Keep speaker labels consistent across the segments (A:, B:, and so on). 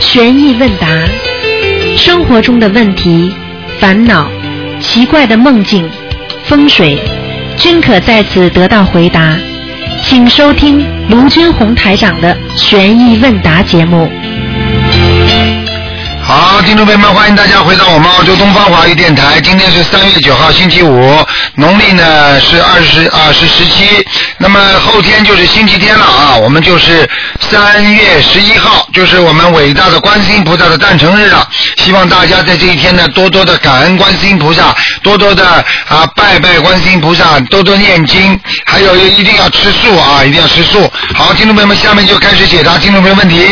A: 悬疑问答，生活中的问题、烦恼、奇怪的梦境、风水，均可在此得到回答。请收听卢军红台长的悬疑问答节目。
B: 好，听众朋友们，欢迎大家回到我们澳洲东方华语电台。今天是三月九号，星期五，农历呢是二十啊是十七，那么后天就是星期天了啊，我们就是三月十一号，就是我们伟大的观世音菩萨的诞辰日了。希望大家在这一天呢，多多的感恩观世音菩萨，多多的啊拜拜观世音菩萨，多多念经，还有一定要吃素啊，一定要吃素。好，听众朋友们，下面就开始解答听众朋友问题。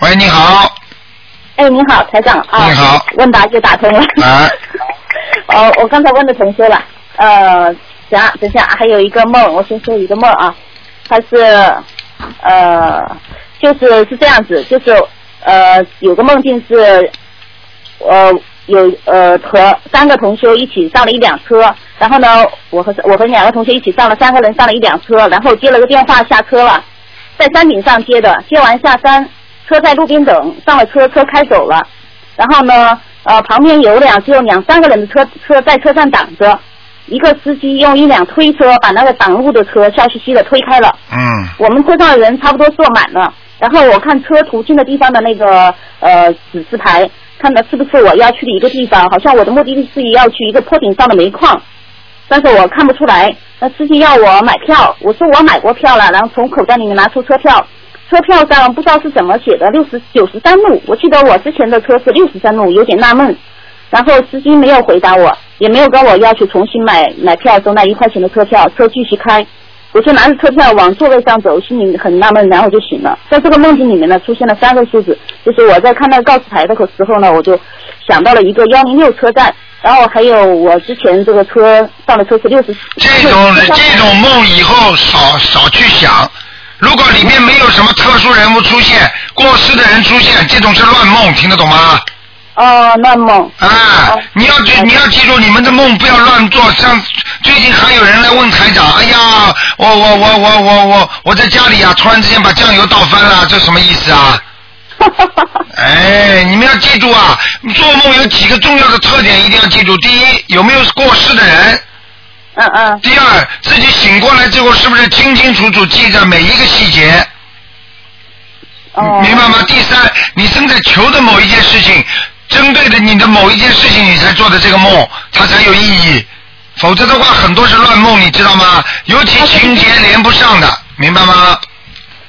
B: 喂，你好，
C: 哎，你好，台长啊！
B: 你好，
C: 问答就打通了。
B: 哎，
C: 哦，我刚才问的同学了。呃，等下等下，还有一个梦，我先说一个梦啊。他是呃，就是是这样子，就是呃，有个梦境是呃有呃和三个同修一起上了一辆车，然后呢，我和我和两个同学一起上了三个人上了一辆车，然后接了个电话下车了，在山顶上接的，接完下山，车在路边等，上了车车开走了，然后呢，呃旁边有辆只有两三个人的车车在车上挡着，一个司机用一辆推车把那个挡路的车笑嘻嘻的推开了。
B: 嗯
C: 我们车上的人差不多坐满了，然后我看车途经的地方的那个呃指示牌，看的是不是我要去的一个地方，好像我的目的地是要去一个坡顶上的煤矿，但是我看不出来。那司机要我买票，我说我买过票了，然后从口袋里面拿出车票，车票上不知道是怎么写的，六十九十三路，我记得我之前的车是六十三路，有点纳闷。然后司机没有回答我，也没有跟我要去重新买买票，收那一块钱的车票，车继续开。我就拿着车票往座位上走，心里很纳闷，然后就醒了。在这个梦境里面呢，出现了三个数字，就是我在看那个告示牌的时候呢，我就想到了一个幺零六车站，然后还有我之前这个车上的车是六十，
B: 这种这种梦以后少少去想。如果里面没有什么特殊人物出现、过世的人出现，这种是乱梦，听得懂吗？
C: 哦，那梦
B: 啊，你要记，你要记住，你们的梦不要乱做。像最近还有人来问台长，哎呀，我我我我我我我在家里啊，突然之间把酱油倒翻了，这什么意思 啊？哎，你们要记住啊，做梦有几个重要的特点一定要记住。第一，有没有过世的人？
C: 嗯嗯
B: 第二，自己醒过来之后是不是清清楚楚记着每一个细节，
C: 哦，
B: 明白吗？第三，你正在求的某一件事情，针对着你的某一件事情，你才做的这个梦，它才有意义。否则的话，很多是乱梦，你知道吗？尤其情节连不上的，明白吗？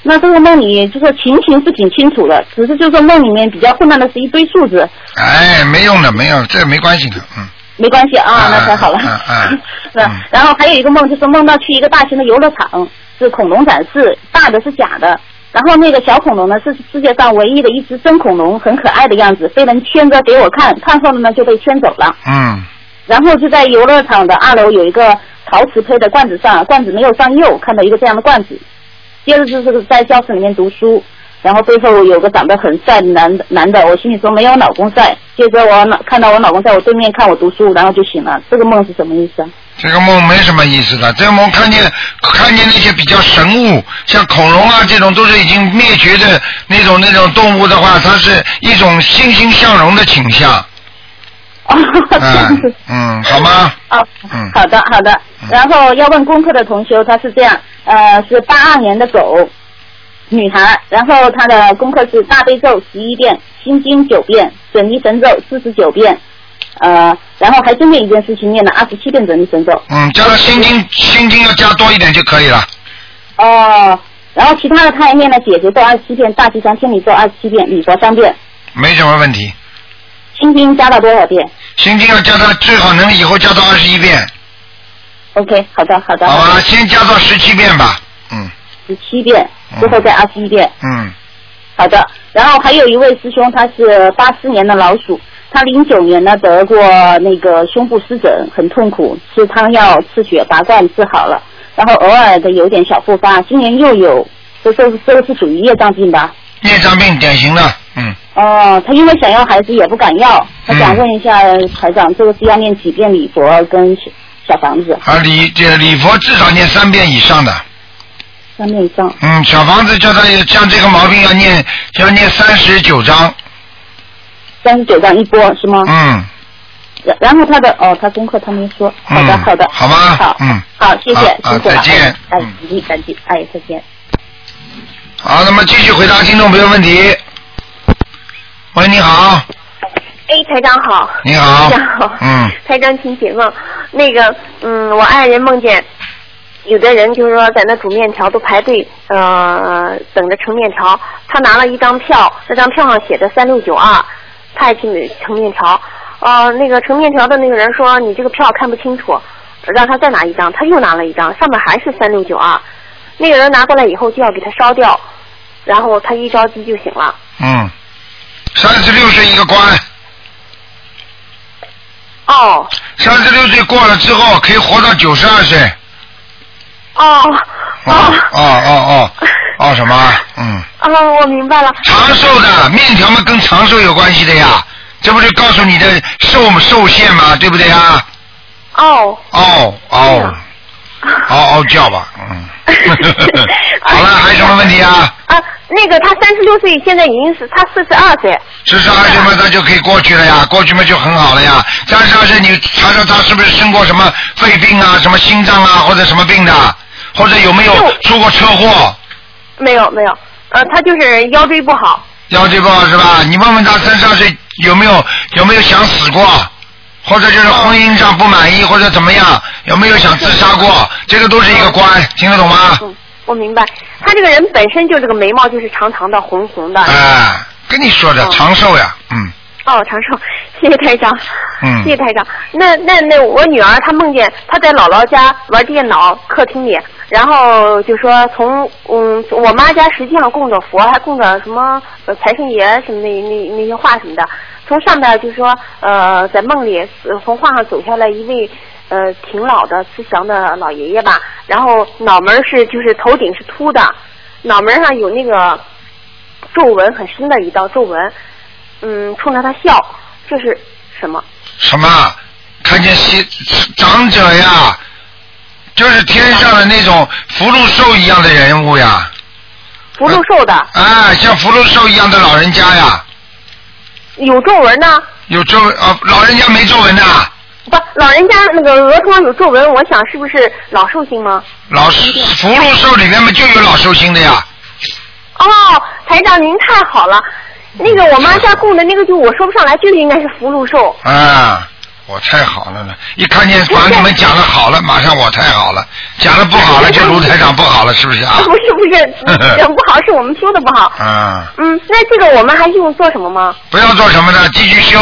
C: 那这个梦里就是情形是挺清楚的，只是就是梦里面比较混乱的是一堆数字，
B: 哎，没用的，没用，这没关系的，嗯。
C: 没关系啊，
B: 嗯
C: 那太好了。
B: 嗯嗯
C: 是吧
B: 嗯
C: 然后还有一个梦，就是梦到去一个大型的游乐场，是恐龙展示，大的是假的。然后那个小恐龙呢，是世界上唯一的一只真恐龙，很可爱的样子，被人牵着给我看，看后了呢就被牵走了。
B: 嗯
C: 然后就在游乐场的二楼有一个陶瓷胚的罐子上，罐子没有上釉，看到一个这样的罐子。接着就是在教室里面读书，然后背后有个长得很帅的男的男的，我心里说没有老公帅。接着我老看到我老公在我对面看我读书，然后就醒了。这个梦是什么意思啊？
B: 这个梦没什么意思的，这个梦看见看见那些比较神物，像恐龙啊这种都是已经灭绝的那种那种动物的话，它是一种欣欣向荣的倾向，
C: 哦，这样
B: 嗯
C: 子
B: 嗯，好吗？
C: 哦
B: 嗯，
C: 好的好的。然后要问功课的同学，他是这样，呃，是八二年的狗，女孩，然后她的功课是大悲咒十一遍，心经九遍，准提神咒四十九遍，呃，然后还针对一件事情念了二十七遍准提神咒，
B: 嗯，加了心经，心经要加多一点就可以了。
C: 哦、然后其他的她还念了解决咒二十七遍，大吉祥天理咒二十七遍，礼佛三遍，
B: 没什么问题。
C: 心经加到多少遍
B: 心经要加到最好能以后加到二十一遍，
C: ？OK，好的好的，
B: 好吧？先加到十七遍吧。嗯
C: 十七遍，之后再二十一遍。
B: 嗯，
C: 好的，然后还有一位师兄，他是八四年的老鼠，他零九年呢得过那个胸部湿疹，很痛苦，吃汤药、吃血拔罐治好了，然后偶尔的有点小复发，今年又有，这这这个是属于业障病吧？
B: 孽障病典型的，嗯，
C: 哦，他因为想要孩子也不敢要，他想
B: 嗯
C: 问一下台长，这个是要念几遍礼佛跟小小房子？
B: 嗯啊，礼这礼佛至少念三遍以上的，
C: 要念一张。
B: 嗯，小房子叫他像这个毛病要念，要念三十九章。
C: 三十九张一波是吗？
B: 嗯，
C: 然然后他的哦，他功课他没说。好的，
B: 嗯
C: 好的，
B: 好吧
C: 好，
B: 嗯
C: 好，谢谢，
B: 啊
C: 辛苦了，
B: 啊再见
C: 哎
B: 嗯，
C: 感激感激，哎，再见。
B: 好，那么继续回答听众朋友问题。喂，你好，
D: 哎，台长好。
B: 你好
D: 台长好。
B: 嗯。
D: 台长，请解梦。哦那个，嗯，我爱人梦见有的人就是说在那煮面条，都排队，呃，等着盛面条。他拿了一张票，那张票上写着三六九二，他也去盛面条。呃，那个盛面条的那个人说你这个票看不清楚，让他再拿一张，他又拿了一张，上面还是三六九二。那个人拿过来以后就要给他烧掉，然后他一着急就醒了。
B: 嗯，三十六岁一个关，
D: 哦，
B: 三十六岁过了之后可以活到九十二岁。
D: 哦，
B: 哦
D: 哦。
B: 哦哦哦哦什么？嗯，
D: 哦，我明白了。
B: 长寿的面条嘛，跟长寿有关系的呀，这不就告诉你的寿寿限嘛，对不对啊？
D: 哦。
B: 哦
D: 哎
B: 哦
D: 呀。
B: 嗷嗷叫吧，嗯， 好了，还有什么问题啊？
D: 啊，那个他三十六岁，现在已经是他四十二岁。
B: 四十二岁嘛，那就可以过去了
D: 嗯
B: 呀，过去嘛就很好了呀。三十二岁，你查查他是不是生过什么肺病啊、什么心脏啊或者什么病的，或者有没有出过车祸？
D: 没有没有，呃，他就是腰椎不好。
B: 腰椎不好是吧？你问问他三十二岁有没有有没有想死过，或者
D: 嗯
B: 就是婚姻上不满意或者怎么样，有没有想自杀过？这个都是一个关，听得懂吗？
D: 嗯，我明白。他这个人本身就这个眉毛就是长长的、红红的。
B: 哎，跟你说的
D: 哦
B: 长寿呀，嗯，
D: 哦，长寿，谢谢台长。
B: 嗯
D: 谢谢台长。那那那，我女儿她梦见她在姥姥家玩电脑，客厅里，然后就说从嗯，我妈家实际上供着佛，还供着什么呃财神爷什么那那那些画什么的。从上面就说呃，在梦里、呃从画上走下来一位。呃，挺老的慈祥的老爷爷吧，然后脑门儿是就是头顶是秃的，脑门儿上有那个皱纹很深的一道皱纹，嗯，冲着他笑，这是什
B: 啊
D: 么？
B: 什么？看见西长者呀，就是天上的那种福禄寿一样的人物呀，
D: 福禄寿的，
B: 哎，像福禄寿一样的老人家呀，
D: 有皱纹呢？
B: 有皱啊，老人家没皱纹的，
D: 不，老人家那个额头上有皱纹，我想是不是老寿星吗？
B: 老福禄寿里面嘛就有老寿星的呀。
D: 哦，台长您太好了，那个我妈家供的那个就我说不上来，就应该是福禄寿。
B: 啊，我太好了呢！一看见把你们讲的好了，马上我太好了；讲的不好了，就卢台长不好了，是不是啊？
D: 不是不是，人不好是我们修的不好。
B: 啊，
D: 嗯，那这个我们还用做什么吗？
B: 不要做什么的，继续修，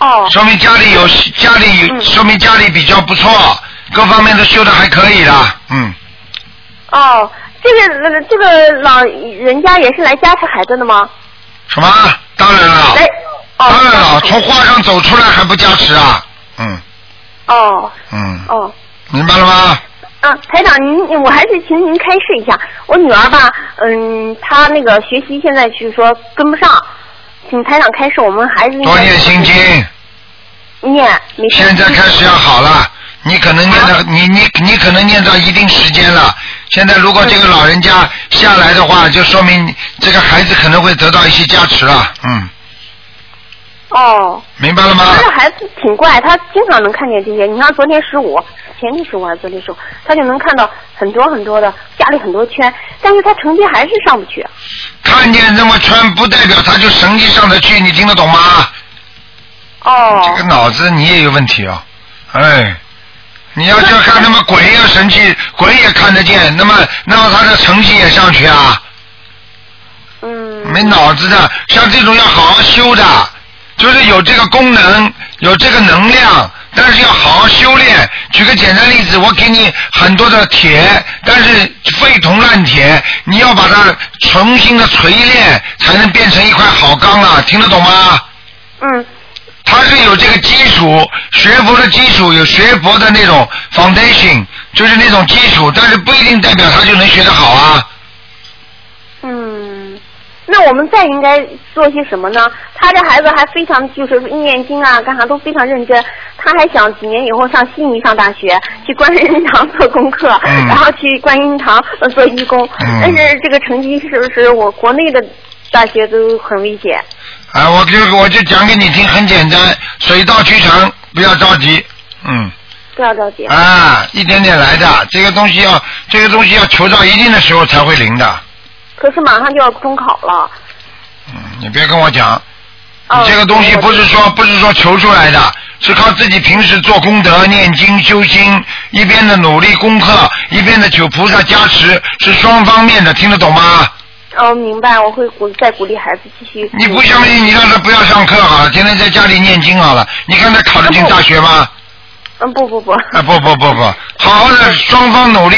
D: 哦
B: 说明家里有家里有，
D: 嗯
B: 说明家里比较不错，各方面都修的还可以的。嗯，
D: 哦，这个呃这个老人家也是来加持孩子的吗？
B: 什么？当然了，
D: 来，哦，
B: 当然了，从画上走出来还不加持啊？嗯
D: 哦
B: 嗯，
D: 哦。
B: 明白了吗？
D: 啊，台长，您我还是请您开示一下，我女儿吧，嗯，她那个学习现在就是说跟不上，请台长开示，我们还是应该
B: 多念心经。
D: 念，没事
B: 现在开始要好了，你可能念到、你你你可能念到一定时间了。现在如果这个老人家下来的话，就说明这个孩子可能会得到一些加持了。嗯，
D: 哦，
B: 明白了吗
D: 她？这孩子挺怪，她经常能看见这些。你看昨天十五，前天十五还是昨天十五，她就能看到很多很多的家里很多圈，但是她成绩还是上不去。
B: 看见这么穿，不代表他就神力上得去，你听得懂吗？
D: 哦，
B: 这个脑子你也有问题哦，哎。你要就看那么鬼要神气，鬼也看得见，那么那么他的成绩也上去啊。
D: 嗯，
B: 没脑子的，像这种要好好修的，就是有这个功能，有这个能量，但是要好好修炼。举个简单例子，我给你很多的铁，但是废铜烂铁，你要把它重新的锤炼，才能变成一块好钢啊！听得懂吗？
D: 嗯，
B: 它是有这个基础，学佛的基础有学佛的那种 foundation，就是那种基础，但是不一定代表他就能学得好啊。
D: 嗯，那我们再应该做些什么呢？他这孩子还非常就是念经啊，干啥都非常认真。他还想几年以后上悉尼上大学，去观音堂做功课，
B: 嗯
D: 然后去观音堂呃做义工。
B: 嗯
D: 但是这个成绩是不是我国内的大学都很危险？
B: 啊，我就我就讲给你听，很简单，水到渠成，不要着急。嗯。
D: 不要着急。
B: 啊，一点点来的，这个东西要这个东西要求到一定的时候才会灵的。
D: 可是马上就要中考了。
B: 嗯，你别跟我讲，你
D: 哦
B: 这个东西不是说不是说求出来的，是靠自己平时做功德、念经、修心，一边的努力功课，一边的求菩萨加持，是双方面的，听得懂吗？
D: 哦，明白，我会鼓再鼓励孩子继续。
B: 你不相信，你让他不要上课好了，天天在家里念经好了。你看他考得进大学吗？
D: 嗯，不不不。
B: 啊，不不不不，好好的双方努力，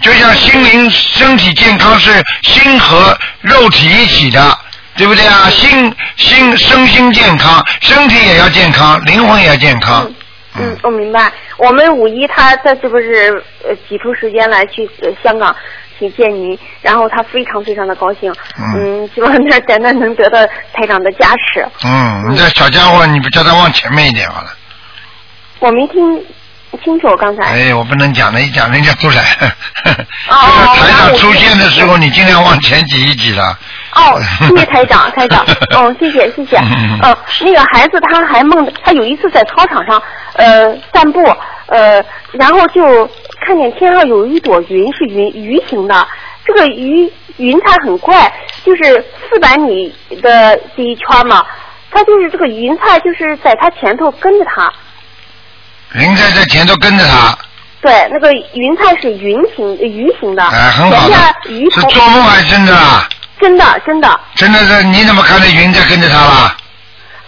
B: 就像心灵、身体健康是心和肉体一起的，对不对啊？心心身心健康，身体也要健康，灵魂也要健康。
D: 嗯，我明白。我们五一他这是不是呃挤出时间来去、呃、香港去见您？然后他非常非常的高兴，
B: 嗯
D: 嗯，希望那在那能得到台长的加持。
B: 嗯，你这小家伙，你不叫他往前面一点好了。
D: 我没听清楚刚才。
B: 哎，我不能讲了，一讲人家都来。
D: 哦
B: 这个台长出现的时候，你尽量往前挤一挤了。，
D: 哦，谢谢台长，台长 哦，谢谢谢谢，
B: 嗯
D: 嗯、那个孩子他还梦，他有一次在操场上，呃，散步，呃，然后就看见天上有一朵云是云鱼形的，这个鱼云彩很怪，就是四百米的第一圈嘛，他就是这个云彩就是在他前头跟着他，
B: 人家在前头跟着他，
D: 对，那个云彩是云形鱼形的，
B: 哎，很好
D: 人
B: 的
D: 家鱼。
B: 是
D: 头
B: 做梦还是真的啊？
D: 真的真的，
B: 真的是你怎么看着云在跟着他啦？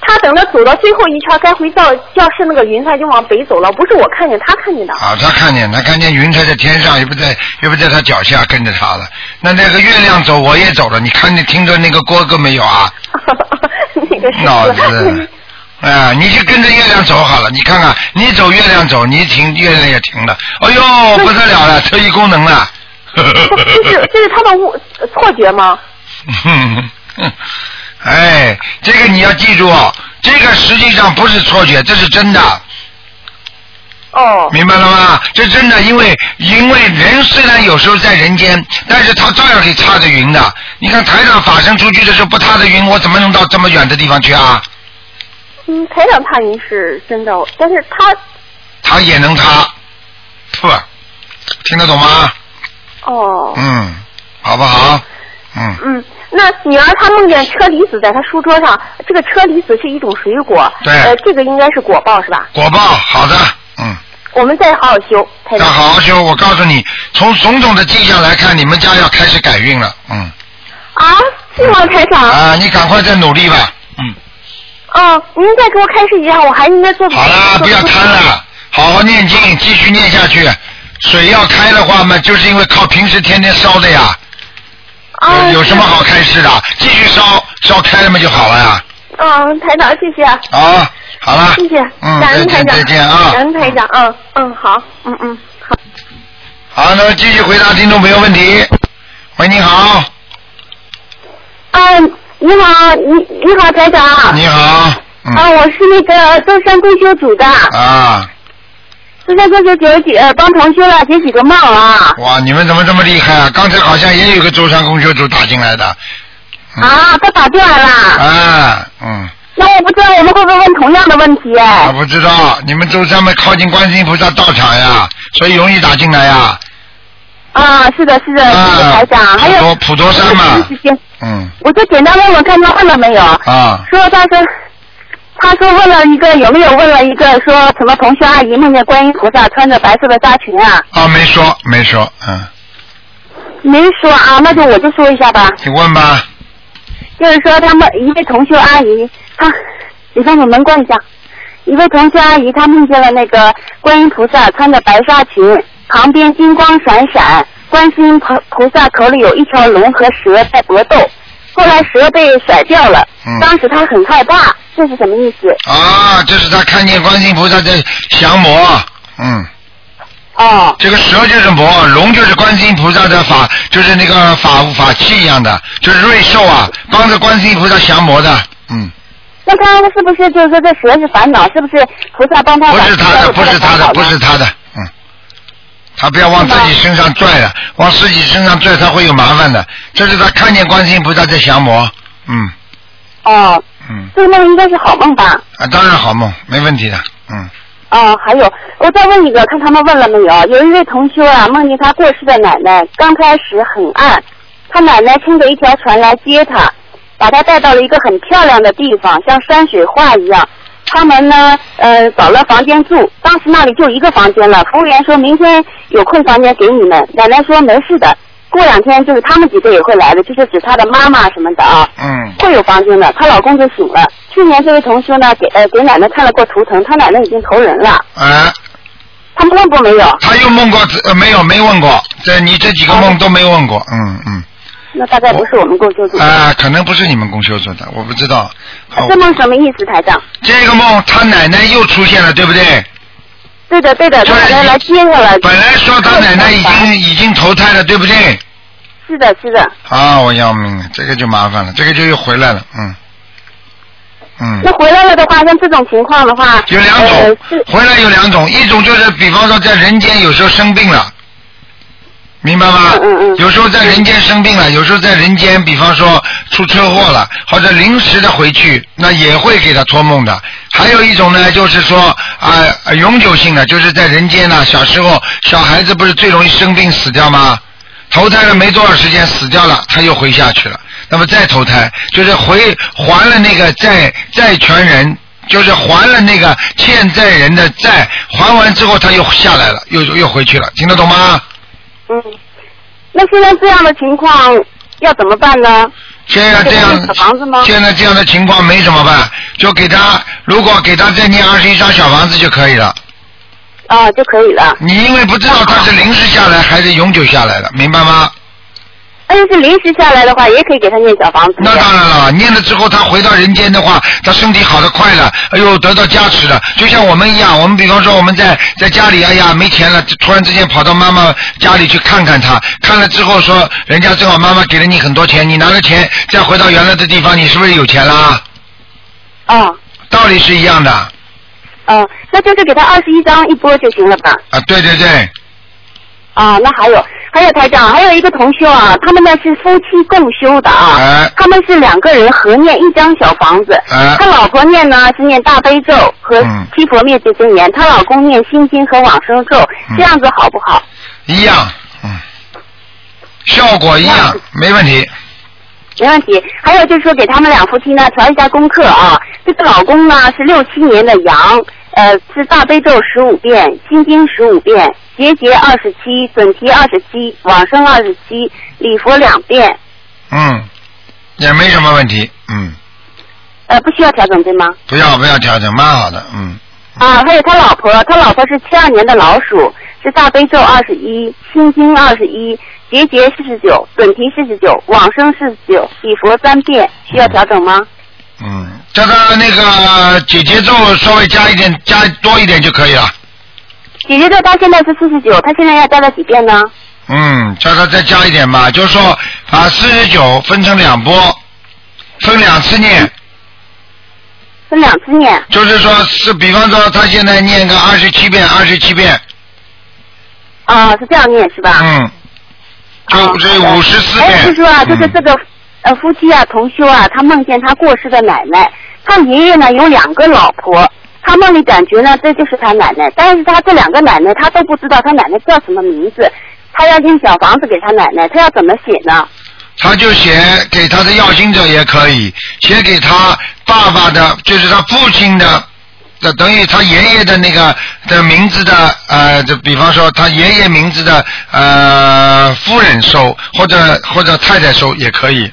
D: 他等着走到最后一圈，该回到教室那个云彩就往北走了，不是我看见，他看见的。
B: 啊，他看见，他看见云彩在天上，又不在，又不在他脚下跟着他了。那那个月亮走，我也走了。你看见听着那个蝈蝈没有啊？
D: 那个是
B: 脑子，啊，你就跟着月亮走好了。你看看，你走月亮走，你一停月亮也停了。哎呦，不得了了，特异功能了。
D: 这是这是他的误呃错觉吗？
B: 哼， 哎，这个你要记住哦，这个实际上不是错觉，这是真的，
D: 哦，
B: 明白了吗？这真的，因为因为人虽然有时候在人间，但是他照样可以踏着云的。你看台长法身出去的时候不踏着云，我怎么能到这么远的地方去啊？
D: 嗯，台长怕您是真的，但是他
B: 他也能踏，不，听得懂吗？
D: 哦，
B: 嗯，好不好？嗯，
D: 嗯，那女儿她梦见车厘子在她书桌上，这个车厘子是一种水果，
B: 对
D: 呃，这个应该是果报是吧？
B: 果报好的，嗯。
D: 我们再好好修，台
B: 要
D: 长。
B: 好好修，我告诉你，从种种的迹象来看，你们家要开始改运了，嗯。
D: 啊，是吗，台长？
B: 啊，你赶快再努力吧。嗯。
D: 哦，您再给我开示一下，我还应该做
B: 好啦，不要贪。了，好好念经，继续念下去。水要开的话嘛，就是因为靠平时天天烧的呀，
D: 啊，
B: 有有什么好开始的？继续烧，烧开了嘛就好了呀。
D: 嗯，台长，谢谢，
B: 啊，好了。
D: 谢谢，
B: 嗯，
D: 感
B: 再
D: 恩台
B: 见
D: 长，
B: 再见啊。
D: 感恩台长，嗯嗯，好，嗯嗯，好。
B: 好，那么继续回答听众朋友问题。喂，你好，
E: 啊，你好，你你好，台长。
B: 你好，嗯
D: 哦
E: 啊，我是那个舟山共修组的，
B: 啊，
E: 舟山共修组有几呃帮同修了解几个梦啊。
B: 哇，你们怎么这么厉害啊？刚才好像也有个舟山公修组打进来的。嗯
E: 啊，他打进来了，
B: 啊，嗯，
E: 那我不知道我们会不会问同样的问题
B: 我
E: 哎？
B: 不知道，你们舟山嘛靠近观世音菩萨道场呀，所以容易打进来呀。
E: 啊，是的，是的，谢谢
B: 啊，
E: 台长。还
B: 普
E: 有
B: 陀普陀山嘛，嗯，
E: 我就简单问问看他问了没有。
B: 啊，
E: 说他说，他说问了一个有没有问了一个说什么同修阿姨梦见观音菩萨穿着白色的纱裙啊？
B: 啊，没说没说，嗯，
E: 没说啊，那就我就说一下吧。
B: 你问吧，
E: 就是说他们一位同修阿姨，她，你把你门关一下。一位同修阿姨，她梦见了那个观音菩萨穿着白纱裙，旁边金光闪闪，观世音菩菩萨口里有一条龙和蛇在搏斗，后来蛇被甩掉了
B: 嗯，啊
E: 当时她很害怕，这是什么意思？
B: 啊，这是他看见观世音菩萨在降魔，嗯，
E: 哦
B: 这个蛇就是魔，龙就是观世音菩萨的法，就是那个法法器一样的，就是瑞兽啊，帮着观世音菩萨降魔的。嗯，
E: 那他是不是就是说这蛇是烦恼？是不是菩萨帮他
B: 不
E: 把
B: 是他的，
E: 这
B: 不是
E: 个
B: 他
E: 烦
B: 的，
E: 恼
B: 不是他的，嗯，他不要往自己身上拽
E: 嗯
B: 了，往自己身上拽他会有麻烦的。这是他看见观世音菩萨在降魔，嗯
E: 哦，
B: 嗯，
E: 这个梦应该是好梦吧？
B: 啊，当然好梦，没问题的，嗯，
E: 哦，还有，我再问一个，看他们问了没有？有一位同修啊，梦见他过世的奶奶，刚开始很暗，他奶奶撑着一条船来接他，把他带到了一个很漂亮的地方，像山水画一样。他们呢，呃，找了房间住，当时那里就一个房间了。服务员说明天有空房间给你们。奶奶说没事的，过两天就是他们几个也会来的，就是指他的妈妈什么的啊。
B: 嗯，
E: 会有房间的，她老公就醒了。去年这位同修呢，给呃给奶奶看了过图腾，她奶奶已经投人了。
B: 哎，
E: 他梦过没有？
B: 他又梦过自，呃，没有，没问过，这你这几个
E: 哦
B: 梦都没问过，嗯嗯，
E: 那大概不是我们共修组。
B: 啊、哦可能不是你们公修做的，我不知道。好
E: 这，梦什么意思，台长？
B: 这个梦他奶奶又出现了，对不对？
E: 对的，对的，
B: 就
E: 他
B: 是
E: 奶奶来接我了。
B: 本来说他奶奶已经已经投胎了，对不对？
E: 是的，是的。
B: 啊，我要命了，这个就麻烦了，这个就又回来了，嗯，
E: 那
B: 嗯，
E: 回来了的话，像这种情况的话，
B: 有两
E: 呃
B: 种，
E: 是
B: 回来有两种，一种就是比方说在人间有时候生病了。明白吗？
E: 嗯嗯嗯
B: 有时候在人间生病了，有时候在人间，比方说出车祸了，或者临时的回去，那也会给他托梦的。还有一种呢，就是说啊、呃永久性的，就是在人间呢、小时候小孩子不是最容易生病死掉吗？投胎了没多少时间死掉了，他又回下去了。那么再投胎，就是回还了那个债债权人，就是还了那个欠债人的债，还完之后他又下来了，又又回去了，听得懂吗？
E: 嗯，那现在这样的情况要怎么办呢？
B: 现在这
E: 这个是小房子
B: 样，
E: 吗
B: 现在这样的情况没怎么办，就给他，如果给他再念二十一张小房子就可以了。
E: 啊，就可以了。
B: 你因为不知道他是临时下来还是永久下来的，明白吗？
E: 但哎是临时下来的话，也可以给他念小房子。
B: 那当然了，念了之后他回到人间的话，他身体好的快了，哎呦得到加持了，就像我们一样，我们比方说我们在在家里，哎呀没钱了，突然之间跑到妈妈家里去看看他，看了之后说人家正好妈妈给了你很多钱，你拿了钱再回到原来的地方，你是不是有钱啦？
E: 啊，
B: 道理是一样的啊，
E: 嗯，那就是给他二十一张一波就行了吧？
B: 对对对。
E: 啊，那还有还有台长，还有一个同修啊，他们呢是夫妻共修的啊，
B: 哎
E: 他们是两个人合念一张小房子，
B: 哎
E: 他老婆念呢是念大悲咒和
B: 嗯
E: 七佛灭罪真言，她老公念心经和往生咒，
B: 嗯
E: 这样子好不好？
B: 一样，嗯，效果一样，没问题。
E: 没问题。还有就是说给他们两夫妻呢调一下功课啊，这个老公呢是六七年的羊，呃是大悲咒十五遍，心经十五遍，结节二十七，准提二十七，往生二十七，礼佛两遍。
B: 嗯，也没什么问题，嗯，
E: 呃，不需要调整对吗？
B: 不要不要调整，蛮好的，嗯，
E: 啊，还有他老婆，他老婆是七二年的老鼠，是大悲咒二十一，心经二十一，结节四十九，准提四十九，往生四十九，礼佛三遍，需要调整吗？
B: 嗯，叫他那个姐姐咒稍微加一点，加多一点就可以了。
E: 姐姐咒他现在是四十九，他现在要加到几遍呢？
B: 嗯，叫他再加一点吧，就是说把四十九分成两波，分两次念，
E: 分两次念，
B: 就是说是比方说他现在念个二十七遍，二十七遍，
E: 啊，是这样念是吧？
B: 嗯，
E: 啊
B: 就是
E: 好的
B: 五十四
E: 还有
B: 遍。
E: 就是说啊，
B: 嗯
E: 就是这个、呃夫妻啊，同修啊，他梦见他过世的奶奶，他爷爷呢有两个老婆，他梦里感觉呢这就是他奶奶，但是他这两个奶奶他都不知道他奶奶叫什么名字，他要进小房子给他奶奶，他要怎么写呢？
B: 他就写给他的要经者也可以，写给他爸爸的，就是他父亲的，的等于他爷爷的那个的名字的，呃，就比方说他爷爷名字的呃夫人收，或者或者太太收也可以，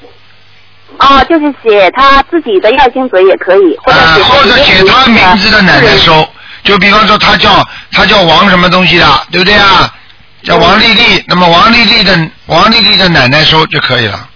E: 啊，就是写他自己的要经者也可以，或者
B: 呃，
E: 写、
B: 或者写他名字的奶奶。收，就比方说他叫他叫王什么东西的，对不对啊？叫王丽丽，那么王丽丽的王丽丽的奶奶收就可以了。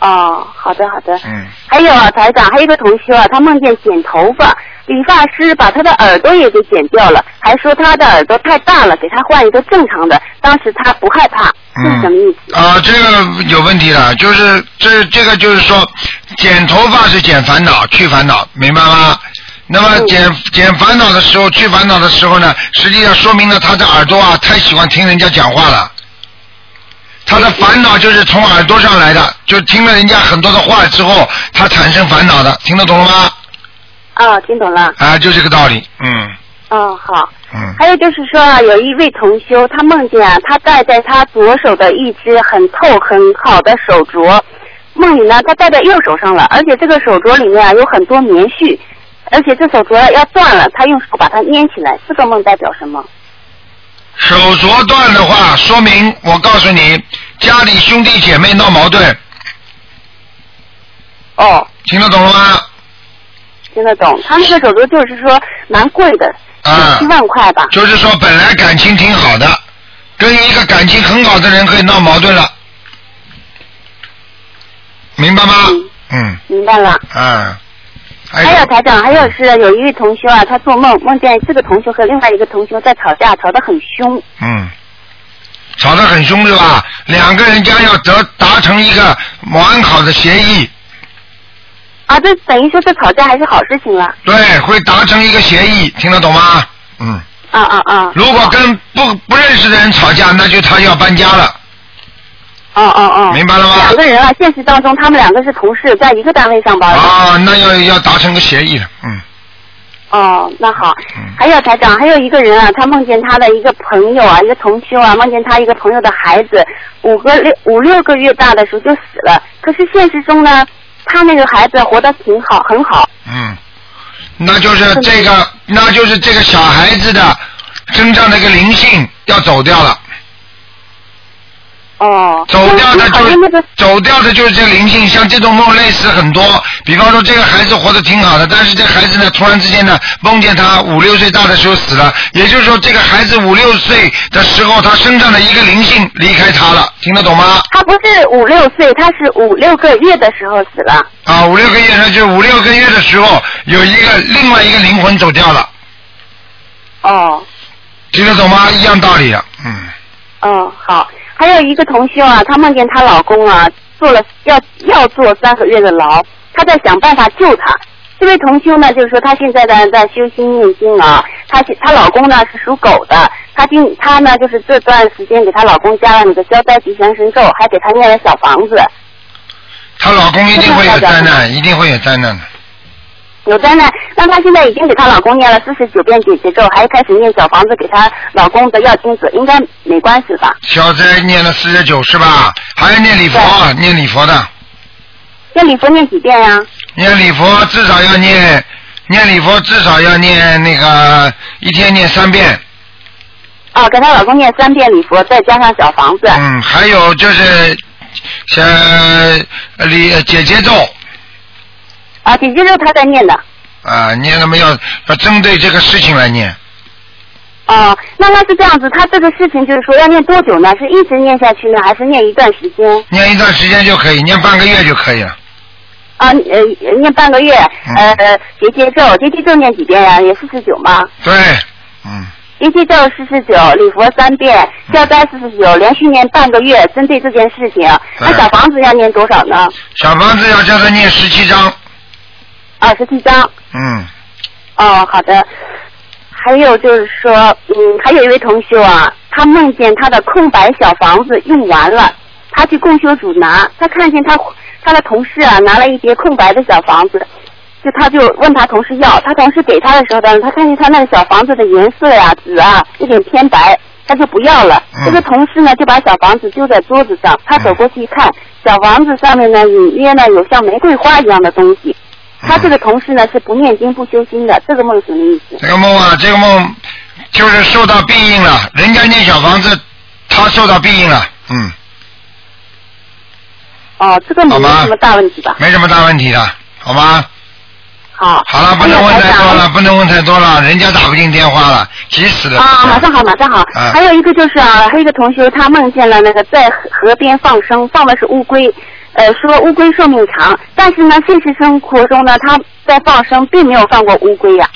E: 哦，好的好的。
B: 嗯，
E: 还有啊，台长，还有一个同修啊，他梦见剪头发，理发师把他的耳朵也给剪掉了，还说他的耳朵太大了，给他换一个正常的。当时他不害怕，这是什么意思？
B: 啊，这个有问题了，就是这这个就是说，剪头发是剪烦恼，去烦恼，明白吗？那么剪剪烦恼的时候，去烦恼的时候呢，实际上说明了他的耳朵啊太喜欢听人家讲话了，他的烦恼就是从耳朵上来的，就听了人家很多的话之后，他产生烦恼的，听得懂了吗？
E: 啊，听懂了。
B: 啊，就这个道理，嗯
E: 嗯，好。
B: 嗯
E: 还有就是说啊，有一位同修，他梦见啊，他戴在他左手的一只很透很好的手镯，梦里呢，他戴在右手上了，而且这个手镯里面啊有很多棉絮，而且这手镯要断了，他用手把它捏起来。这个梦代表什么？
B: 手镯断的话，说明我告诉你，家里兄弟姐妹闹矛盾，
E: 哦，
B: 听得懂了吗？
E: 听得懂。他那个手镯就是说蛮贵的，
B: 啊
E: 七万块吧。
B: 就是说本来感情挺好的，跟一个感情很好的人可以闹矛盾了，明白吗？嗯，
E: 明白了。
B: 啊，还
E: 还有
B: 有
E: 台长，还有是有一位同修啊，他做梦梦见这个同修和另外一个同修在吵架，吵得很凶。
B: 嗯，吵得很凶是吧？两个人将要得达成一个完好的协议，
E: 啊，这等于说这吵架还是好事情了。
B: 对，会达成一个协议，听得懂吗？嗯，
E: 啊啊啊！
B: 如果跟不不认识的人吵架，那就他要搬家了，
E: 哦哦哦，
B: 明白了吗
E: 两个人啊，现实当中他们两个是同事，在一个单位上班的。
B: 啊，那要要达成个协议了，嗯
E: 哦，那好
B: 嗯。
E: 还有台长，还有一个人啊，他梦见他的一个朋友啊，一个同修啊，梦见他一个朋友的孩子，五个六五六个月大的时候就死了。可是现实中呢，他那个孩子活得挺好，很好。
B: 嗯，那就是这个，
E: 嗯
B: 那就是这个小孩子的身上那个灵性要走掉了，
E: 哦。
B: 走掉的
E: 好像
B: 就
E: 那个
B: 走掉的就是这灵性，像这种梦类似很多。比方说这个孩子活得挺好的，但是这孩子呢，突然之间呢，梦见他五六岁大的时候死了，也就是说这个孩子五六岁的时候，他身上的一个灵性离开他了，听得懂吗？
E: 他不是五六岁，他是五六个月的时候死了。
B: 啊，五六个月呢，就五六个月的时候，有一个另外一个灵魂走掉了，
E: 哦。
B: 听得懂吗？一样道理的，嗯。
E: 嗯，好。还有一个同修啊，她梦见她老公啊坐了要要坐三个月的牢，她在想办法救他。这位同修呢，就是说她现在呢在修心念经啊，她现她老公呢是属狗的，她今她呢就是这段时间给她老公加了那个消灾吉祥神咒，还给他念了小房子。
B: 她老公一定会有灾难，一定会有灾难的。
E: 有灾难，那她现在已经给她老公念了四十九遍解结咒，还开始念小房子给她老公的要经者，应该没关系吧？
B: 消灾念了四十九是吧？还要念礼佛，念礼佛的，
E: 那礼佛念几遍呀、
B: 念礼佛至少要念，念礼佛至少要念那个一天念三遍。
E: 哦，给她老公念三遍礼佛，再加上小房子。
B: 嗯，还有就是，呃，礼姐姐咒
E: 啊，姐姐咒她在念的。
B: 啊、念那么要要针对这个事情来念，
E: 哦，那她是这样子，她这个事情就是说要念多久呢？是一直念下去呢，还是念一段时间？
B: 念一段时间就可以，念半个月就可以了。
E: 啊，呃，念半个月。
B: 嗯
E: 呃呃，姐姐咒，姐姐咒念几遍呀、也四十九吗？
B: 对，嗯，
E: 姐姐咒四十九，礼佛三遍，消灾四十九，连续念半个月，针对这件事情。那
B: 对
E: 小房子要念多少呢？
B: 小房子要叫他念十七章，
E: 二十七章。
B: 嗯，
E: 哦，好的。还有就是说，嗯，还有一位同修啊，他梦见他的空白小房子用完了，他去供修组拿，他看见他他的同事啊拿了一叠空白的小房子，就他就问他同事要，他同事给他的时候呢，他看见他那个小房子的颜色呀、纸啊有点偏白，他就不要了。
B: 嗯
E: 这个同事呢就把小房子丢在桌子上，他走过去一看，小房子上面呢隐约呢有像玫瑰花一样的东西。他这个同事呢是不念经不修心的，这个梦什么意思？
B: 这个梦啊，这个梦就是受到庇应了，人家念小房子，他受到庇应了，嗯，
E: 哦，这个没
B: 好吧
E: 什么大问题吧？
B: 没什么大问题的，好吗？
E: 好，
B: 好了，不
E: 还有
B: 能问
E: 台
B: 太多
E: 长
B: 了，不能问太多了，人家打不进电话了，急死了。
E: 啊，马上好，马上好。
B: 嗯
E: 还有一个就是啊，还有一个同学他梦见了那个在河河边放生，放的是乌龟。呃说乌龟寿命长，但是呢，现实生活中呢，他在放生并没有放过乌龟呀、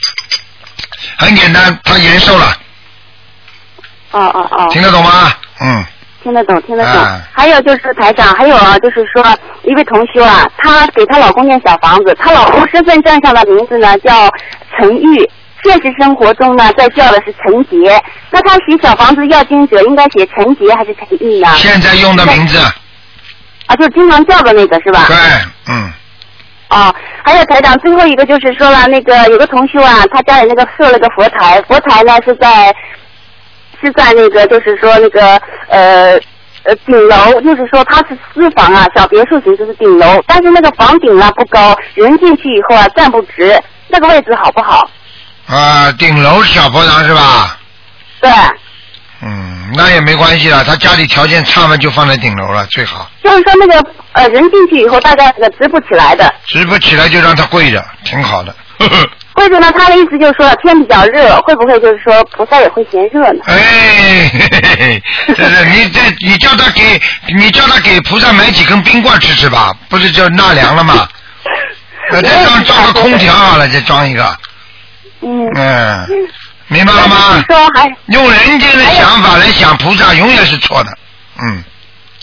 B: 很简单，他延寿了，
E: 哦哦哦，
B: 听得懂吗？嗯，
E: 听得懂，听得懂。
B: 啊
E: 还有就是台长，还有啊，就是说一位同修啊，她给她老公念小房子，她老公身份证上的名字呢叫陈玉，现实生活中呢在叫的是陈杰，那她写小房子要经者应该写陈杰还是陈玉呢？
B: 现在用的名字，
E: 啊，就是经常叫的那个是吧？
B: 对，嗯，
E: 哦，还有台长，最后一个就是说了，那个有个同修啊，他家里那个设了个佛台，佛台呢是在是在那个就是说那个呃呃顶楼，就是说它是私房啊，小别墅形式是顶楼，但是那个房顶啊不高，人进去以后啊站不直，那个位置好不好？
B: 啊，顶楼小佛堂是吧？
E: 对，
B: 嗯，那也没关系了，他家里条件差嘛，就放在顶楼了，最好。
E: 就是说那个呃人进去以后大概是个直不起来的。
B: 直不起来就让他跪着，挺好的。呵呵
E: 跪着呢，他的意思就是说天比较热，会不会就是说菩萨也会嫌热呢？
B: 哎，嘿嘿嘿，这是你这你叫他给你叫他给菩萨买几根冰棍吃吃吧，不是就纳凉了吗？那再装装个空调好了，再装一个，
E: 嗯，
B: 嗯，明白了吗？
E: 说还
B: 用人间的想法来想菩萨，永远是错的。嗯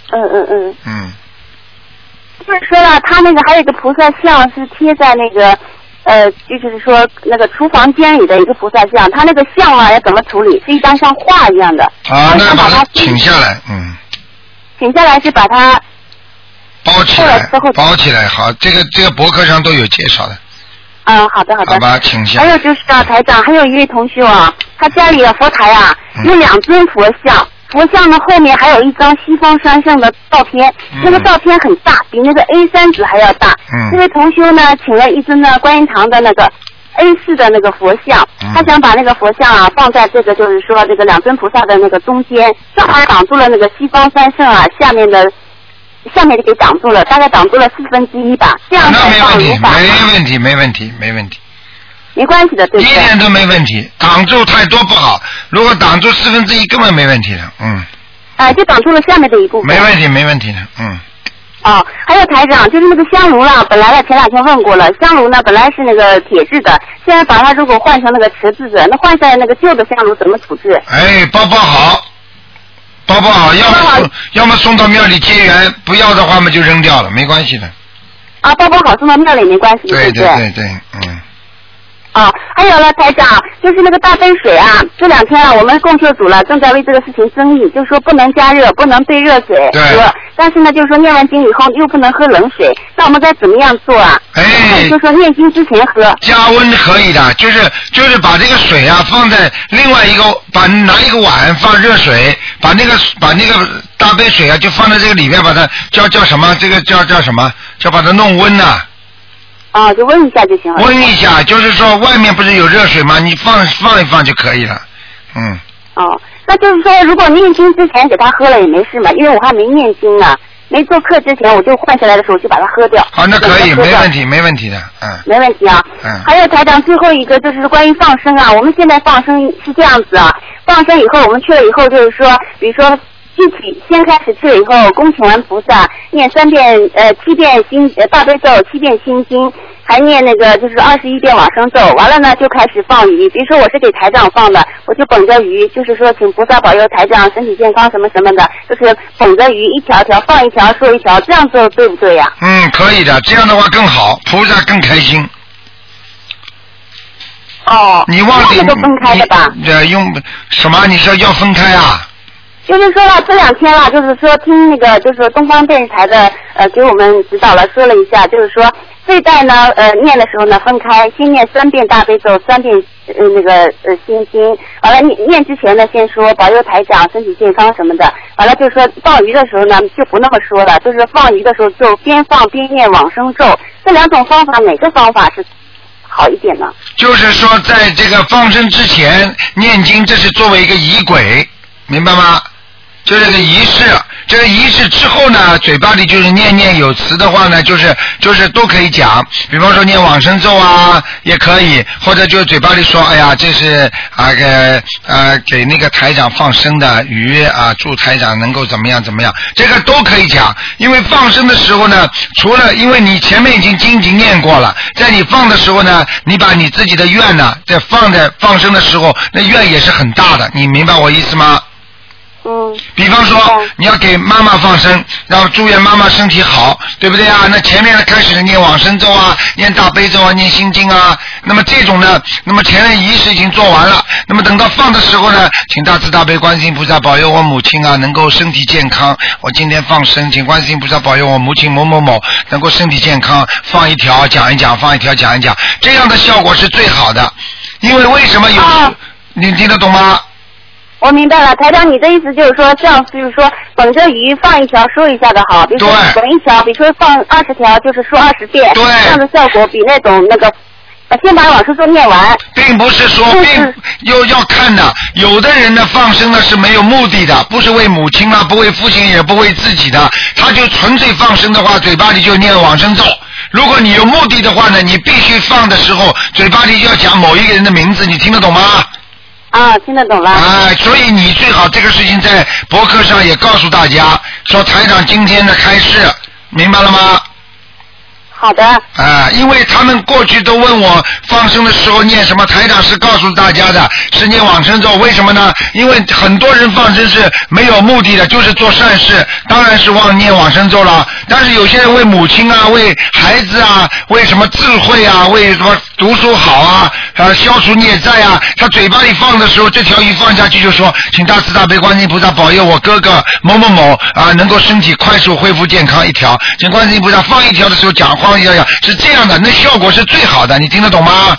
E: 嗯嗯嗯。
B: 嗯，
E: 就是说了，他那个还有一个菩萨像是贴在那个呃，就是说那个厨房间里的一个菩萨像，他那个像啊要怎么处理？是一张像画一样的，
B: 好，
E: 然后
B: 那
E: 想
B: 把
E: 把
B: 它
E: 它
B: 请下来，嗯，
E: 请下来是把它
B: 包起
E: 后来
B: 来
E: 之后，
B: 包起来，好，这个这个博客上都有介绍的，
E: 嗯，好的好的。
B: 好吧，请下
E: 还有
B: 来。
E: 就是啊，台长，还有一位同学啊，他家里的佛台啊
B: 嗯
E: 有两尊佛像，佛像呢后面还有一张西方三圣的照片，
B: 嗯
E: 那个照片很大，比那个 A 三纸还要大。
B: 嗯
E: 这位同修呢，请了一尊呢观音堂的那个 A 四的那个佛像，
B: 嗯
E: 他想把那个佛像啊放在这个就是说这个两尊菩萨的那个中间，正好挡住了那个西方三圣啊下面的。下面就给挡住了，大概挡住了四分之一吧，这样
B: 那
E: 才
B: 没
E: 放
B: 问
E: 如
B: 题，
E: 法，
B: 没问题，没问题，没问题。
E: 没关系的，对
B: 一
E: 不对？
B: 点都没问题，挡住太多不好。如果挡住四分之一，根本没问题的，嗯，
E: 哎、就挡住了下面这一部分。
B: 没问题，没问题的，嗯，
E: 哦，还有台长，就是那个香炉啦，本来呢前两天问过了，香炉呢本来是那个铁制的，现在把它如果换成那个瓷质的，那换下来那个旧的香炉怎么处置？
B: 哎，包包好，包包好，要么
E: 包好
B: 送，要么送到庙里结缘，不要的话嘛就扔掉了，没关系的，
E: 啊，包包好送到庙里没关系，
B: 对
E: 不
B: 对对对，嗯，
E: 哦，还有了，台长，就是那个大杯水啊，这两天啊，我们供修组了正在为这个事情争议，就是说不能加热，不能兑热水
B: 对
E: 喝，但是呢，就是说念完经以后又不能喝冷水，那我们该怎么样做啊？
B: 哎
E: 就，说念经之前喝，
B: 加温可以的，就是就是把这个水啊放在另外一个，把拿一个碗放热水，把那个把那个大杯水啊就放在这个里面，把它叫叫什么？这个叫叫什么？叫把它弄温呐、
E: 啊，就温一下就行了。
B: 温一下，就是说外面不是有热水吗？你放放一放就可以了。嗯，
E: 哦，那就是说，如果念经之前给他喝了也没事嘛，因为我还没念经呢，没做课之前我就换下来的时候我就把它喝掉。
B: 好，那可以，
E: 就把它喝
B: 没
E: 掉
B: 问。题，没问题的。嗯，
E: 没问题啊，
B: 嗯
E: 还有台长最后一个就是关于放生啊，我们现在放生是这样子啊，放生以后我们去了以后就是说，比如说具体先开始去了以后，恭请完菩萨念三遍呃七遍心呃大悲咒七遍心经，还念那个就是二十一遍往生咒，完了呢就开始放鱼，比如说我是给台长放的，我就捧着鱼，就是说请菩萨保佑台长身体健康什么什么的，就是捧着鱼一条条放一条说一条，这样做对不对呀、
B: 嗯，可以的，这样的话更好，菩萨更开心。
E: 哦，
B: 你忘记
E: 那个都分开的吧？
B: 你这用什么？你说要分开啊？
E: 就是说了，这两天啊，就是说听那个，就是说东方电视台的呃给我们指导了，说了一下，就是说这一代呢，呃念的时候呢分开，先念三遍大悲咒，三遍呃那个呃心经，完了念念之前呢，先说保佑台长身体健康什么的，完了就说放鱼的时候呢就不那么说了，就是放鱼的时候就边放边念往生咒，这两种方法哪个方法是好一点呢？
B: 就是说，在这个放生之前念经，这是作为一个仪轨，明白吗？就这个仪式，啊这个仪式之后呢，嘴巴里就是念念有词的话呢，就是就是都可以讲，比方说念往生咒啊，也可以，或者就嘴巴里说，哎呀，这是啊给啊给那个台长放生的鱼啊，祝台长能够怎么样怎么样，这个都可以讲，因为放生的时候呢，除了因为你前面已经经已经念过了，在你放的时候呢，你把你自己的愿呢，在放在放生的时候，那愿也是很大的，你明白我意思吗？
D: 嗯
B: 比方说，你要给妈妈放生，然后祝愿妈妈身体好，对不对啊？那前面开始念往生咒啊，念大悲咒啊，念心经啊。那么这种呢，那么前面仪式已经做完了，那么等到放的时候呢，请大慈大悲观世音菩萨保佑我母亲啊，能够身体健康。我今天放生，请观世音菩萨保佑我母亲某某某能够身体健康。放一条讲一讲，放一条讲一讲，这样的效果是最好的。因为为什么有？
E: 哦
B: 你听得懂吗？
E: 我明白了，台长，你的意思就是说，这样就是说，捧着鱼放一条说一下的好，比如说
B: 对
E: 捧一条，比如说放二十条，就是说二十遍，
B: 对
E: 这样的效果比那种那个，呃先把往事做念完，
B: 并不是说
E: 就
B: 并
E: 是
B: 又要看的，有的人呢放生呢是没有目的的，不是为母亲啊，不为父亲，也不为自己的，他就纯粹放生的话，嘴巴里就念往生咒。如果你有目的的话呢，你必须放的时候，嘴巴里就要讲某一个人的名字，你听得懂吗？
E: 啊，听得懂了。
B: 啊，所以你最好这个事情在博客上也告诉大家，说台长今天的开示，明白了吗？
E: 好的，
B: 啊，因为他们过去都问我放生的时候念什么，台长是告诉大家的，是念往生咒。为什么呢？因为很多人放生是没有目的的，就是做善事，当然是忘念往生咒了。但是有些人为母亲啊，为孩子啊，为什么智慧啊，为什么读书好啊，啊消除孽债啊，他嘴巴里放的时候，这条鱼放下去就说，请大慈大悲观世音菩萨保佑我哥哥某某某啊，能够身体快速恢复健康一条，请观世音菩萨放一条的时候讲放一条讲，是这样的，那效果是最好的，你听得懂吗？